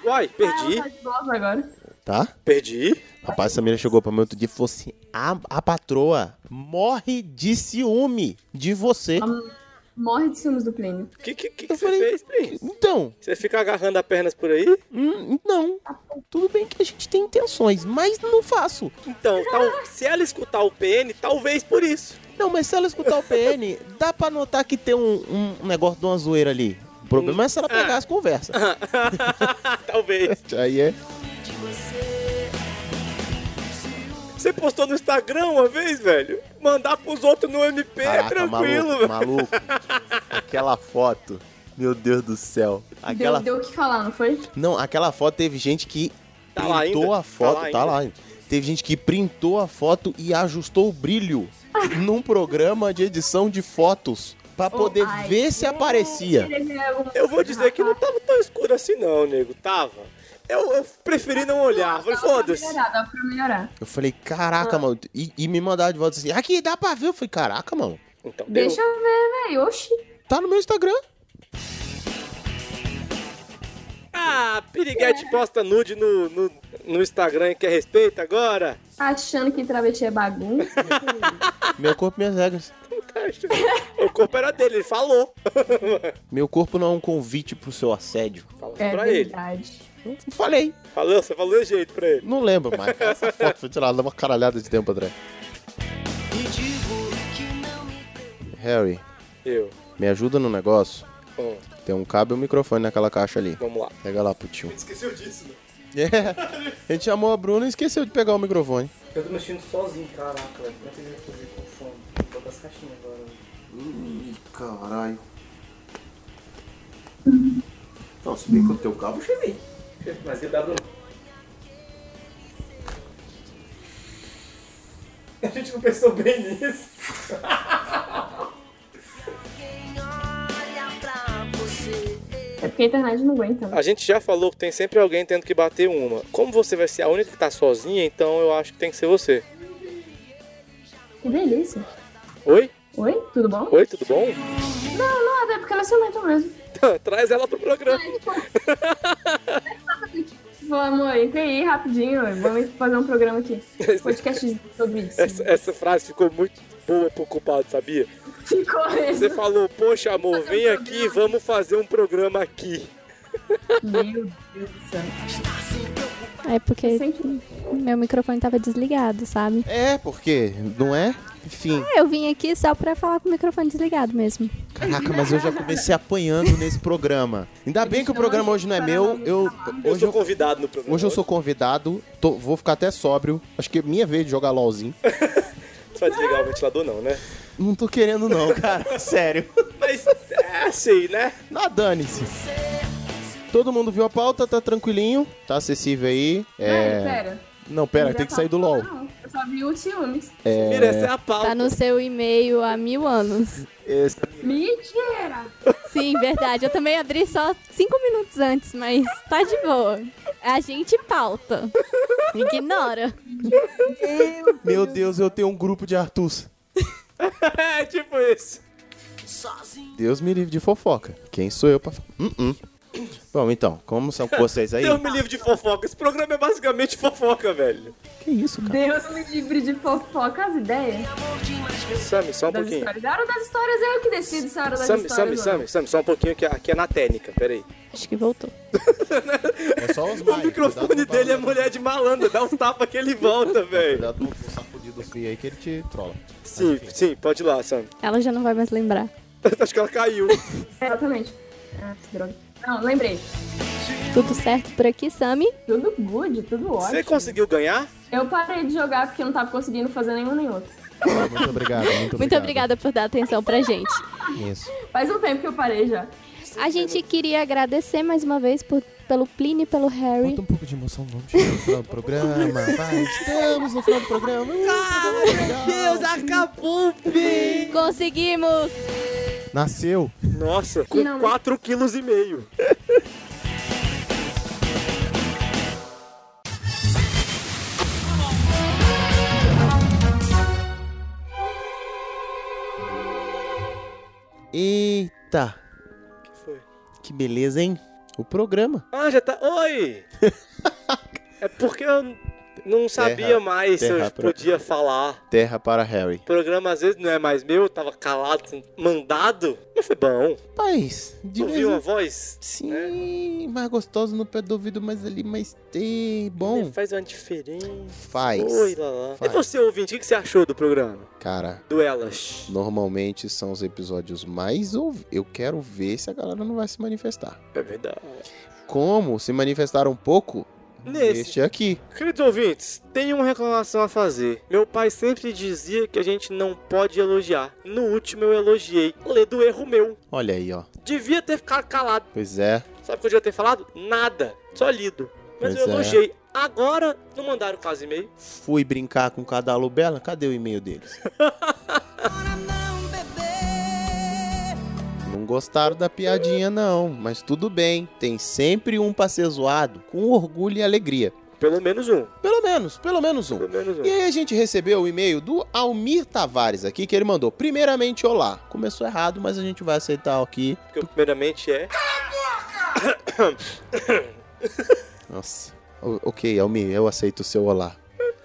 Uai, perdi.
agora.
Tá?
Perdi.
Rapaz, Samira chegou pra mim outro dia e falou assim: a, a patroa morre de ciúme de você.
Morre de ciúmes do Plínio.
O que, que, que, você fez, Prince?
Então.
Você fica agarrando apenas por aí?
Hum, não. Tudo bem que a gente tem intenções, mas não faço.
Então, tal- se ela escutar o PN, talvez por isso. *laughs*
Não, mas se ela escutar o PN, dá pra notar que tem um, um- um negócio de uma zoeira ali. O problema é se ela pegar as
*laughs*
conversas.
Ah, Talvez.
Aí é.
Você postou no Instagram uma vez, velho? Mandar pros outros no MP é
Caraca,
tranquilo,
maluco,
velho.
maluco. Aquela foto. Meu Deus do céu. Aquela,
Deu, deu o que falar, não foi?
Não, aquela foto teve gente que
Tá lá
printou
ainda?
a foto.
Tá lá
Tá lá,
ainda?
Teve gente que printou a foto e ajustou o brilho num programa de edição de fotos pra poder
ai,
ver se aparecia.
Eu vou dizer que não tava tão escuro assim, não, nego. Tava. Eu, eu preferi não olhar. Falei,
Pra
foda-se.
melhorar, dá pra melhorar.
Eu falei, caraca, mano. E, e me mandaram de volta assim, aqui dá pra ver. Eu falei, caraca, mano.
Então,
Deixa eu ver, velho. Oxi.
Tá no meu Instagram.
Ah, piriguete posta nude no, no, no Instagram que é respeito agora.
Tá Achando que travesti
*laughs*
é bagunça.
Meu corpo, minhas regras.
O corpo era dele, ele falou.
Meu corpo não é um convite pro seu assédio.
É
pra
verdade.
ele. Falei.
Falou, você falou de um jeito pra ele.
Não lembro, mas essa foto foi tirada uma caralhada de tempo atrás. Harry,
Eu.
me ajuda no negócio.
Bom,
Tem um cabo e um microfone naquela caixa ali.
Vamos lá.
Pega lá pro tio.
esqueceu disso, né?
É. A gente chamou a Bruna e esqueceu de pegar o microfone.
Eu tô mexendo sozinho, caraca, velho. é Quantas vezes eu vi com fome? Vou botar as caixinhas agora.
Ih, caralho. Não, se bem que o teu cabo cheguei.
Mas e dá do... A gente não pensou bem nisso.
É porque a internet não aguenta. né?
A gente já falou que tem sempre alguém tendo que bater uma. Como você vai ser a única que tá sozinha, então eu acho que tem que ser você.
Que delícia.
Oi?
Oi, tudo bom?
Oi, tudo bom? *laughs*
Não, nada, é porque ela é ciumenta mesmo.
Traz ela pro programa.
Falou, amor, entra aí rapidinho. Vamos fazer um programa
*laughs*
aqui. Podcast sobre isso.
Essa, essa frase ficou muito boa pro culpado, sabia?
Ficou mesmo.
Você falou, poxa amor, vem aqui, vamos fazer um programa aqui.
Meu Deus do céu.
É porque meu microfone tava desligado, sabe?
É, porque não é? Enfim.
Ah, eu vim aqui só pra falar com o microfone desligado mesmo.
Caraca, mas eu já comecei apanhando nesse programa. Ainda bem que o programa hoje não é meu. Eu, hoje eu,
convidado no programa.
Hoje eu sou convidado, tô- vou ficar até sóbrio. Acho que é minha vez de jogar LOLzinho.
Você vai desligar o ventilador, não, né?
Não tô querendo, não, cara. *laughs* Sério.
Mas é assim, né? *laughs*
Ah, dane-se. Todo mundo viu a pauta, tá tranquilinho, tá acessível aí. É. Oh.
Pera, pera.
Não, pera, tem que sair do LOL.
Não, eu só vi o ciúmes.
É... Mira, essa é
a
Tá no seu e-mail há mil anos.
Esse...
Mentira!
Sim, verdade. Eu também abri só cinco minutos antes, mas tá de boa. A gente pauta. Ignora.
Meu Deus, eu tenho um grupo de Artus.
é tipo isso.
Deus me livre de fofoca. Quem sou eu pra. Uh Bom, então, como são vocês *laughs* aí?
Deus me livre de fofoca. Esse programa é basicamente fofoca, velho.
Que isso, cara?
Deus me livre de fofoca, as ideias.
Sammy, só um
das
pouquinho.
histórias. A hora das histórias é eu que decido se é a hora das
Sammy, Sammy,
histórias. ou não.
Sammy, Sammy, só um pouquinho que aqui é na técnica, peraí.
Acho que voltou.
É só os
O microfone dele é mulher de malandro, dá uns tapas que ele volta, velho.
Cuidado com o sacudido feio aí que ele te trola.
Sim, sim, pode ir lá, *laughs* Sammy.
Ela já não vai mais lembrar.
Acho que ela caiu.
Exatamente. Ah, que droga. Não, É, lembrei.
Tudo certo por aqui, Sami?
Tudo good, tudo ótimo.
Você conseguiu ganhar?
Eu parei de jogar porque eu não tava conseguindo fazer nenhum nem outro.
Muito obrigado, muito obrigado.
Muito obrigada por dar atenção pra gente.
Isso.
Faz um tempo que eu parei já.
A gente queria agradecer mais uma vez por, pelo Pliny e pelo Harry.
Um pouco de emoção, vamos chegar no final do programa.
*laughs*
Vai, estamos no final do programa. Uh, programa legal.
Deus, acabou, bem.
Conseguimos!
Nasceu.
Nossa, com 4,5 quilos. e meio.
Eita!
que foi?
Que beleza, hein? O programa.
Ah, já tá.
*laughs*
Oi! é porque eu não sabia mais se
terra
eu
pra-
podia falar.
Terra para Harry.
O programa às vezes não é mais meu, eu tava calado, mandado. Mas foi bom.
Paz, de
Tu
vez
viu
em-
uma voz?
Sim, mais gostoso no pé do ouvido, mas ali mais tem. Bom,
Faz uma diferença.
faz.
Oi, Lala. E
Faz.
você, ouvinte, o que você achou do programa?
Cara,
Do Elas?
normalmente são os episódios mais ouvidos. Eu quero ver se a galera não vai se manifestar.
É verdade.
Como se manifestaram um pouco
Nesse.
este aqui.
Queridos ouvintes, tenho uma reclamação a fazer. Meu pai sempre dizia que a gente não pode elogiar. No último eu elogiei. Lê do erro meu.
Olha aí, ó.
Devia ter ficado calado.
Pois é.
Sabe o que eu devia ter falado? Nada. Só lido. Mas
Pois
eu
é.
elogiei. Agora não mandaram quase e-mail.
Fui brincar com o Cadalo Bela. Cadê o e-mail deles? Não gostaram da piadinha, não. Mas tudo bem. Tem sempre um pra ser zoado com orgulho e alegria.
Pelo menos um.
Pelo menos, pelo menos um.
menos um.
E aí a gente recebeu o e-mail do Almir Tavares aqui, que ele mandou. Primeiramente, olá. Começou errado, mas a gente vai aceitar aqui.
Porque o primeiramente é. *laughs*
Nossa. O- ok, Almir, eu aceito o seu olá.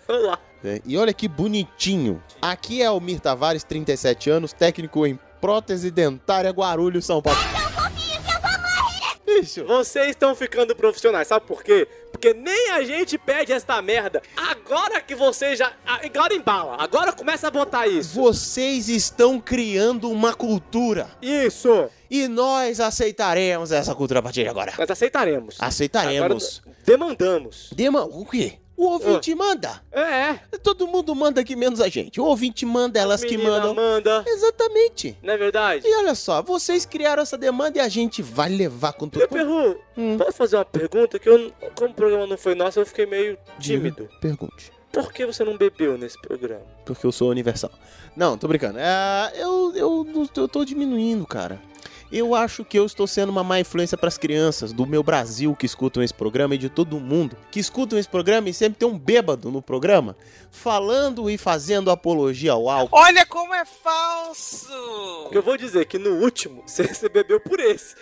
Olá.
É, E olha que bonitinho. Aqui é Almir Tavares, 37 anos, técnico em prótese dentária Guarulhos, São Paulo. Bicho.
Vocês estão ficando profissionais, sabe por quê? Porque nem a gente pede esta merda. Agora que vocês já. Agora embala. Agora começa a botar isso.
Vocês estão criando uma cultura.
Isso.
E nós aceitaremos essa cultura a partir de agora.
Nós aceitaremos.
Aceitaremos.
Agora demandamos.
Dema o quê? O
Ah.
ouvinte manda.
É.
Todo mundo manda aqui menos a gente. O ouvinte manda, elas que
menina
mandam.
manda.
Exatamente.
Não é verdade?
E olha só, vocês criaram essa demanda e a gente vai levar com tudo.
Meu Perru,
Hum.
posso fazer uma pergunta? Que eu, como o programa não foi nosso, eu fiquei meio é tímido.
Pergunte.
Por que você não bebeu nesse programa?
Porque eu sou universal. Não, tô brincando. É, eu, eu, não- eu tô diminuindo, cara. Eu acho que eu estou sendo uma má influência pras crianças do meu Brasil que escutam esse programa e de todo mundo que escutam esse programa e sempre tem um bêbado no programa falando e fazendo apologia ao álcool.
Olha como é falso!
Porque eu vou dizer que no último, *laughs* você você bebeu por esse.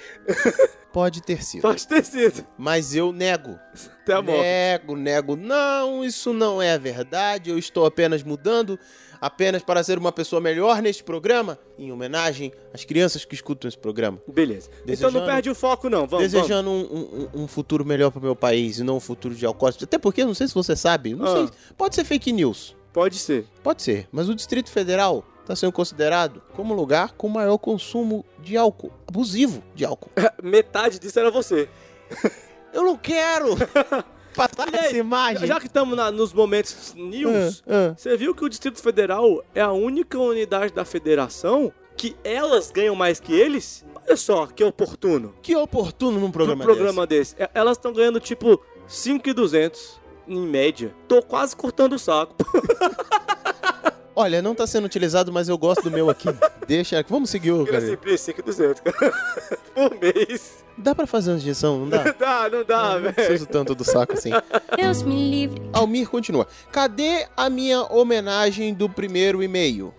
Pode ter sido.
Pode ter sido. Tá
Mas eu nego.
Até
Tá
a morte.
Nego, nego. Não, isso não é verdade. Eu estou apenas mudando, apenas para ser uma pessoa melhor neste programa, em homenagem às crianças que escutam esse programa.
Beleza. Então não perde o foco, não. Vamos,
Desejando um- Um, um futuro melhor para o meu país e não um futuro de alcoólatras. Até porque, não sei se você sabe, não
Ah.
sei, pode ser fake news.
Pode ser.
Pode ser, mas o Distrito Federal está sendo considerado como um lugar com maior consumo de álcool, abusivo de álcool.
vamos. Metade disso era você.
Eu não *laughs* quero passar essa imagem.
Já que estamos na- nos momentos news,
Ah, ah.
você viu que o Distrito Federal é a única unidade da federação que elas ganham mais que eles? Olha só, que oportuno.
Que é oportuno num programa,
Num Um programa desse. É, Elas estão ganhando tipo 5,200 em média. Tô quase cortando o saco.
desse. Olha, não tá sendo utilizado, mas eu gosto do meu aqui. *laughs* Deixa, vamos seguir o
Vira
cara.
sempre 5,200, cara. *laughs* Por mês.
Dá pra fazer uma injeção, não
Não
*laughs* dá?
dá, não dá,
Não
velho.
preciso tanto do saco assim.
Deus me livre.
Almir continua. Cadê a minha homenagem do primeiro e-mail?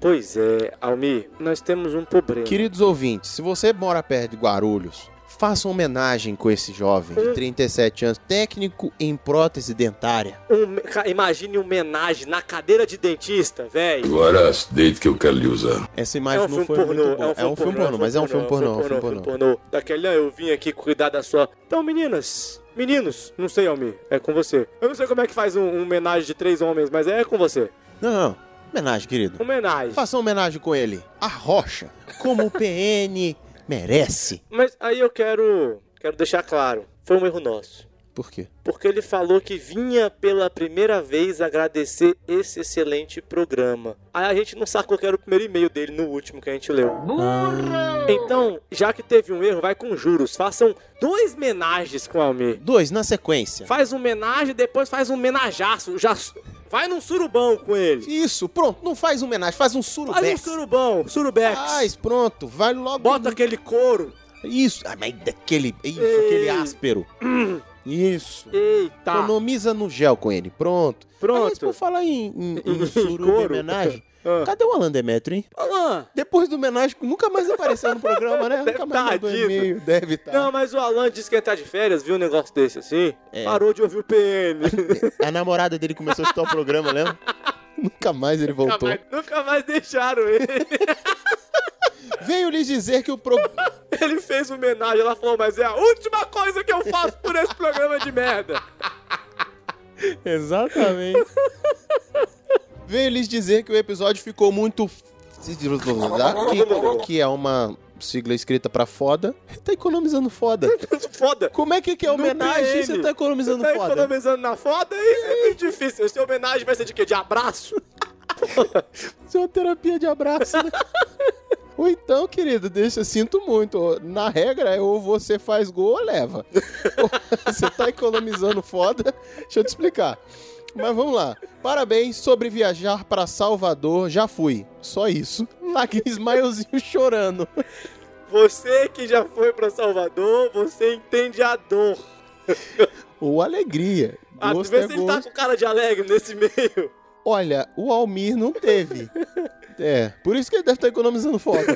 Pois é, Almir, nós temos um problema.
Queridos ouvintes, se você mora perto de Guarulhos, faça uma homenagem com esse jovem de 37 anos, técnico em prótese dentária.
Um- ca- imagine um homenagem na cadeira de dentista, velho.
Agora as dentes que eu quero lhe usar.
Essa
É
imagem
um
não
filme
foi
pornô,
muito boa. É um filme pornô, mas é um filme pornô, é um filme
é um
pornô.
filme pornô. Daquele, ah, eu vim aqui cuidar da sua... Então, meninas, meninos, não sei, Almir, é com você. Eu não sei como é que faz um, um homenagem de três homens, mas é com você.
Não, não. Homenagem, querido.
Homenagem.
Faça uma homenagem com ele. A rocha, como o PN merece.
Mas aí eu quero, quero deixar claro.
Foi um erro nosso.
Por quê?
Porque ele falou que vinha pela primeira vez agradecer esse excelente programa. Aí a gente não sacou que era o primeiro e-mail dele no último que a gente leu. Então, já que teve um erro, vai com juros. Façam dois homenagens com o Almir.
Dois, na sequência.
Faz um homenagem, depois faz um homenajaço. Já... Vai num surubão com ele.
Isso, pronto. Não faz homenagem, faz um surubex.
Faz um surubão, surubex.
Faz, pronto. Vai logo.
Bota aquele couro.
Isso. Ah, mas daquele... Isso, aquele áspero. Isso.
Eita.
Economiza no gel com ele. Pronto.
Tá. Pronto.
Aliás, por falar em, em, em suruba e
*laughs* couro. *laughs* Ah.
homenagem, cadê o Alan Demetrio, hein?
Alan!
Depois do homenagem, nunca mais apareceu no programa, né?
*laughs* Deve
nunca mais
tá
mandou
dito.
e-mail. Deve tá. estar.
Não, mas o Alan disse que ia tá de férias, viu um negócio desse assim? Parou de ouvir o PN.
*laughs*
A namorada dele começou a escutar o programa,
*laughs*
lembra? Nunca mais ele
nunca,
voltou.
mais, nunca mais deixaram ele. *laughs*
Veio lhes dizer que o programa.
ele fez homenagem, ela falou, mas é a última coisa que eu faço por esse programa de merda. *laughs*
Exatamente. *laughs* Veio lhes dizer que o episódio ficou muito. f- Que, que é uma sigla escrita pra foda. Tá economizando foda.
Foda.
Como é que, que é
No
homenagem?
PN.
Você tá economizando
Você tá
foda.
economizando na foda? Isso é muito difícil. Sua homenagem vai ser de quê? De abraço?
Isso é uma terapia de abraço, né? *laughs* Ou então, querido, deixa, sinto muito. Ó, Na regra, é ou você faz gol ou *laughs* leva. Ou você tá economizando foda. Deixa eu te explicar. Mas vamos lá. Parabéns sobre viajar pra Salvador. Já fui. Só isso. Tá Aqui, Ismaelzinho chorando.
Você que já foi pra Salvador, você entende a dor.
Ou alegria.
Ah, tu
Gosto
vê
é
se ele tá
gosto.
com cara de alegre nesse meio.
Olha, o Almir não *laughs* teve. É, por isso que ele deve estar economizando foda.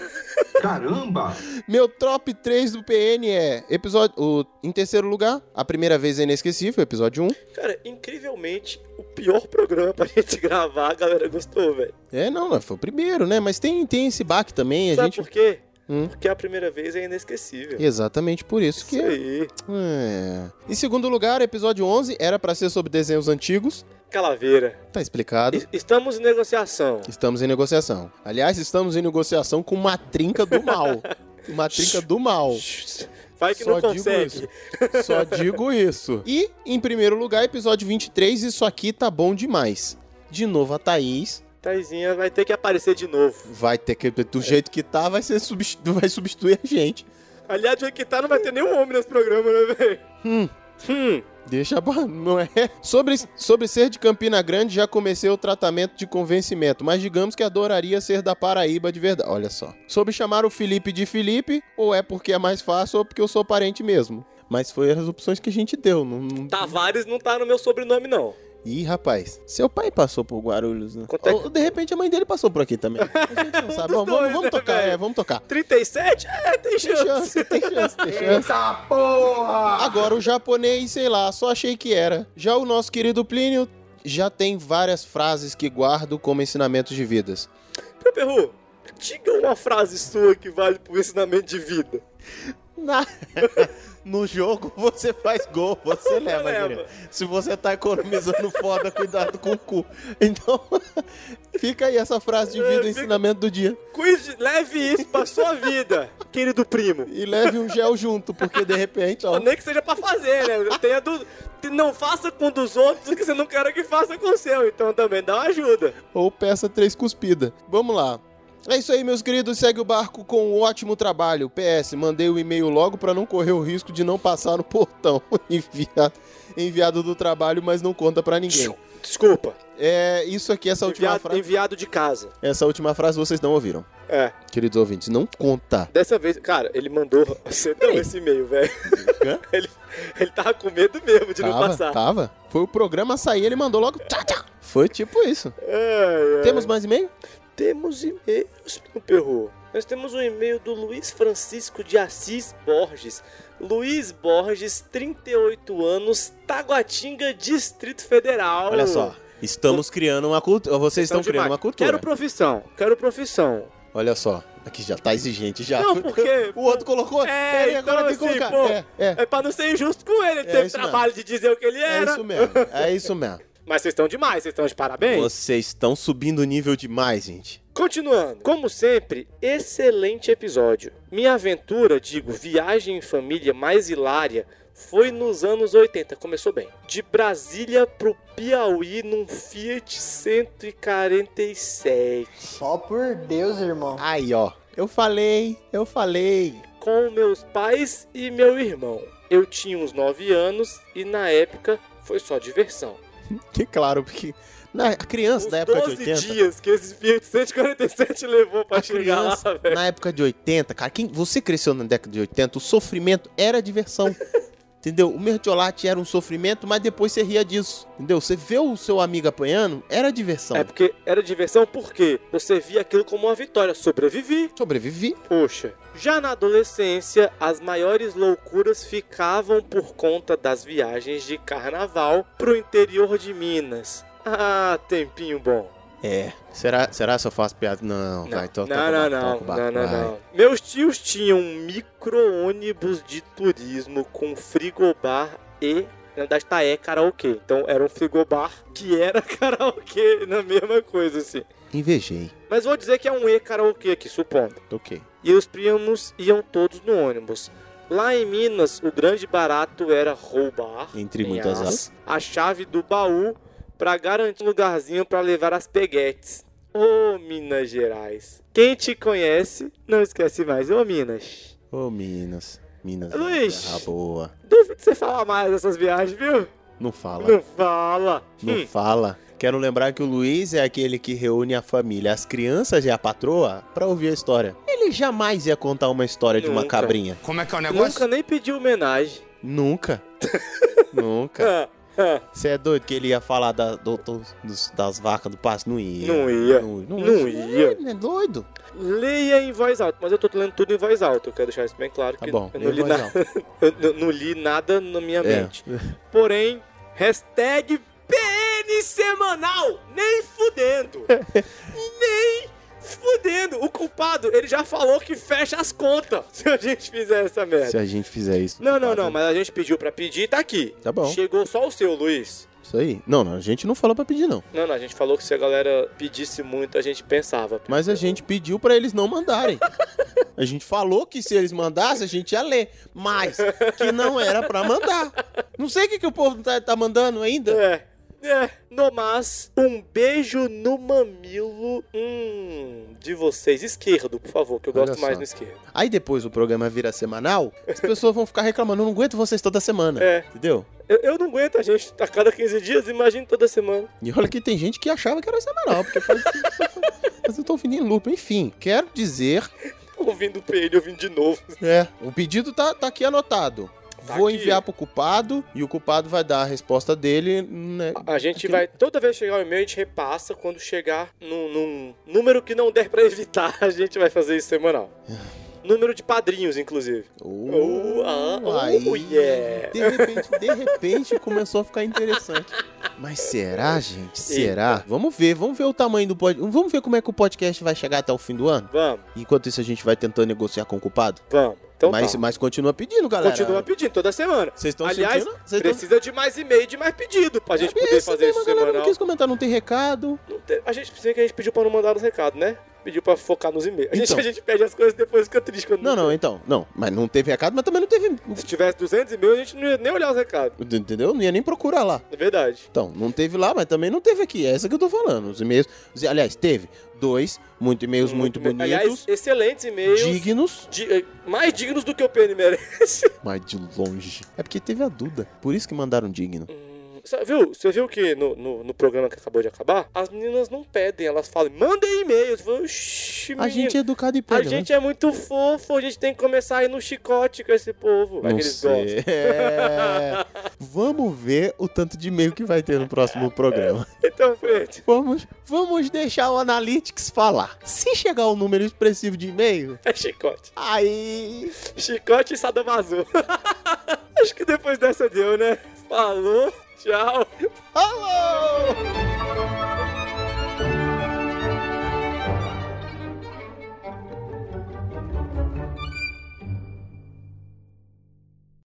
Caramba!
Meu top 3 do PN é episódio. O, em terceiro lugar, a primeira vez é inesquecível, episódio 1.
Cara, incrivelmente, o pior programa pra gente gravar, a galera gostou, velho.
É, não, não, foi o primeiro, né? Mas tem, tem esse baque também, a
Sabe
gente.
por quê?
Hum.
Porque a primeira vez é inesquecível.
Exatamente por isso que.
Isso aí.
É. Em segundo lugar, episódio 11 era pra ser sobre desenhos antigos.
Calaveira.
Tá explicado.
Estamos em negociação.
Estamos em negociação. Aliás, estamos em negociação com uma trinca do
*laughs*
mal. Uma trinca do mal.
Vai que não
digo
consegue.
isso. Só digo isso. E, em primeiro lugar, episódio 23, isso aqui tá bom demais. De novo, a Thaís
Taizinha vai ter que aparecer de novo.
vai ter que. Do jeito que tá, vai, ser substitu *laughs* vai substituir a gente.
Aliás, do jeito que tá, não vai ter nenhum homem nesse programa, né, velho?
Hum.
Hum.
Deixa pra... não é? Sobre, sobre ser de Campina Grande, já comecei o tratamento de convencimento, mas digamos que adoraria ser da Paraíba de verdade. Olha só. Sobre chamar o Felipe de Felipe, ou é porque é mais fácil, ou porque eu sou parente mesmo. Mas foi as opções que a gente deu. Não, não...
Tavares não tá no meu sobrenome, não.
Ih, rapaz, seu pai passou por Guarulhos, né? Ou, de repente a mãe dele passou por aqui também. A gente não sabe. Bom, vamos, vamos tocar, é, vamos tocar.
37? É, tem
chance. Tem chance, tem chance.
porra!
Agora o japonês, sei lá, só achei que era. Já o nosso querido Plínio já tem várias frases que guardo como ensinamentos de vidas.
Meu perru, diga uma frase sua que vale pro ensinamento de vida.
Na- *laughs* No jogo você faz gol, você leva,
leva.
querido. Se você tá economizando foda, cuidado com o cu. Então, *laughs* fica aí essa frase de vida, o ensinamento do dia.
Quiz, de- leve isso pra sua vida, *laughs* querido primo.
E leve um gel junto, porque de repente, ó.
Nem que seja pra fazer, né? Tenha do... Não faça com dos outros o que você não quer que faça com o seu. Então também dá uma ajuda.
ou peça três cuspida. Vamos lá. É isso aí, meus queridos. Segue o barco com um ótimo trabalho. PS, mandei o e-mail logo pra não correr o risco de não passar no *laughs* portão. Enviado, enviado do trabalho, mas não conta pra ninguém.
Desculpa.
É isso aqui, essa última
Enviado,
frase.
enviado de casa.
Essa última frase vocês não ouviram.
É.
Queridos ouvintes, não
*laughs*
conta.
Dessa vez, cara, ele mandou *laughs* você não, esse e-mail, velho. *laughs* Ele, ele tava com medo mesmo de não
tava,
passar.
tava. Foi o programa sair, ele mandou logo. Tchá, tchá. Foi tipo isso.
É.
Ai, ai.
Temos mais e-mail?
Temos e-mails, meu perro. Nós temos um e-mail do Luiz Francisco de Assis Borges. Luiz Borges, 38 anos, Taguatinga, Distrito Federal.
Olha
Hum.
só, estamos criando uma cultura. Vocês estão criando
demais.
uma cultura.
Quero profissão, quero profissão.
Olha só, aqui já tá exigente já.
Não, porque...
*laughs* O outro colocou.
É,
e agora
então,
tem que
assim,
colocar.
pô,
É,
é, pra não ser injusto com ele. Ele
É
teve
isso
trabalho de dizer o que ele
É
era.
isso mesmo, é isso mesmo.
Mas vocês estão demais, vocês estão de parabéns.
Vocês estão subindo o nível demais, gente.
Continuando, como sempre, excelente episódio. Minha aventura, digo, viagem em família mais hilária
Foi nos anos 80, começou bem. De Brasília pro Piauí num Fiat 147.
Só por Deus, irmão.
Aí, ó. Eu falei, eu falei.
Com meus pais e meu irmão. Eu tinha uns 9 anos e na época foi só diversão.
Que claro, porque na, a criança
Uns
da época
12
de 80.
dias que esse Fiat 147 levou pra
a
chegar lá,
criança, né?
velho.
na época de 80, cara, quem, você cresceu na década de 80, o sofrimento era diversão. Entendeu? O mertiolate era um sofrimento, mas depois você ria disso. Entendeu? Você vê o seu amigo apanhando, era diversão.
É porque era diversão porque você via aquilo como uma vitória. Sobrevivi.
Sobrevivi.
Poxa. Já na adolescência, as maiores loucuras ficavam por conta das viagens de carnaval pro interior de Minas. Ah, tempinho bom.
É. Será, será se eu faço piada? Não, vai, então
não,
toca
não,
o barco,
não,
toca o barco,
não, não,
vai.
não. Meus tios tinham um micro-ônibus de turismo com frigobar e, na verdade, tá é karaokê. Então era um frigobar que era *laughs* karaokê, na mesma coisa, assim.
Invejei.
Mas vou dizer que é um e karaokê aqui, supondo.
Ok.
E os primos iam todos no ônibus. Lá em Minas, o grande barato era roubar,
Entre
em
muitas
aspas, a chave do baú para garantir um lugarzinho para levar as peguetes. Ô Minas Gerais, quem te conhece não esquece mais. Ô Minas,
Ô, Minas. Minas. é
Luiz.
terra boa.
duvido que você falar mais dessas viagens, viu?
Não fala.
Não fala.
Não
Hum.
fala. Quero lembrar que o Luiz é aquele que reúne a família, as crianças e a patroa pra ouvir a história. Ele jamais ia contar uma história de uma
Nunca.
cabrinha.
Como é que é o negócio? Nunca nem pediu homenagem. *laughs* Ah,
Nunca. Nunca. Você é doido que ele ia falar da- do- do- dos- das vacas do passo? Não ia.
Não ia.
Não, não
Não ia.
É, é doido.
Leia em voz alta, mas eu tô lendo tudo em voz alta. Eu quero deixar isso bem claro que
Tá bom,
eu, não
leia em
li
voz
na... *laughs* eu não- não li nada na minha
É.
mente. Porém, hashtag PN semanal,
*laughs*
nem fudendo. nem fudendo. O culpado, ele já falou que fecha as contas *laughs* se a gente fizer essa merda.
Se a gente fizer isso.
Não, não, não, mas a gente pediu pra pedir e tá aqui.
Tá bom.
Chegou só o seu, Luiz.
Isso aí. Não, não, a gente não falou pra pedir, não.
Não, não, a gente falou que se a galera pedisse muito, a gente pensava.
Mas a gente pediu pra eles não mandarem. A gente falou que se eles mandassem, a gente ia ler. Mas que não era pra mandar. Não sei o que, que o povo tá, tá mandando ainda.
É. É, no mas, um beijo no mamilo hum, de vocês. Esquerdo, por favor, que eu
Olha
gosto mais
só.
no esquerdo.
Aí depois o programa vira semanal, as pessoas vão ficar reclamando, eu não aguento vocês toda semana.
É.
Entendeu?
Eu, eu não aguento a gente a cada 15 dias, imagina toda semana.
E olha que tem gente que achava que era semanal, porque faz... mas eu tô ouvindo em loop. Enfim, quero dizer...
Ouvindo o PN, ouvindo de novo.
É, o pedido tá, tá aqui anotado.
Tá
Vou
aqui.
enviar pro culpado e o culpado vai dar a resposta dele, né?
A gente vai, toda vez que chegar o e-mail, a gente repassa. Quando chegar num, num número que não der pra evitar, *laughs* a gente vai fazer isso semanal.
É.
Número de padrinhos, inclusive.
Oh,
ah,
aí,
oh, yeah.
De repente, de repente começou a ficar interessante. Mas será, gente? Será? Vamos ver, vamos ver o tamanho do podcast. Vamos ver como é que o podcast vai chegar até o fim do ano?
Vamos.
Enquanto isso, a gente vai tentando negociar com o culpado?
Vamos. Então
mas,
tá.
mas continua pedindo, galera.
Continua pedindo toda semana.
Vocês estão
Aliás,
sentindo? Vocês tão-
precisa de mais e-mail, de mais pedido pra gente
É
poder
isso
fazer
mesmo,
isso
a galera
semanal.
Não quis comentar, não tem recado.
Não tem- A gente precisa que a gente pediu pra não mandar nos recados, né? Pediu pra focar nos e-mails. A gente,
Então.
a gente pede as coisas e depois fica triste quando
Não, não, então. Não, mas não teve recado, mas também não teve.
Se tivesse 200 e-mails, a gente não ia nem olhar os recados.
Entendeu? Não ia nem procurar lá.
É verdade.
Então, não teve lá, mas também não teve aqui. É essa que eu tô falando. Os e-mails. os- Aliás, teve dois, muito e-mails muito, bonitos,
Aliás, excelentes e-mails.
dignos.
Di- eh, Mais dignos do que o PN *laughs* merece.
Mas de longe. É porque teve a Duda. Por isso que mandaram digno.
Você viu, você viu que no, no, no programa que acabou de acabar, as meninas não pedem, elas falam, mandem e-mails. Eu falo, "Oxi,
A
menino,
gente é educado e
A
pega,
gente
né?
é muito fofo, a gente tem que começar a ir no chicote com esse povo. Vai
Não
que eles
sei.
gostam.
*laughs* É. Vamos ver o tanto de e-mail que vai ter no próximo programa.
*laughs* Então, Fred.
Vamos, vamos deixar o Analytics falar. Se chegar um número expressivo de e-mail,
É chicote.
Aí.
Chicote e sadomaso. *laughs* Acho que depois dessa deu, né? Falou, tchau.
Falou!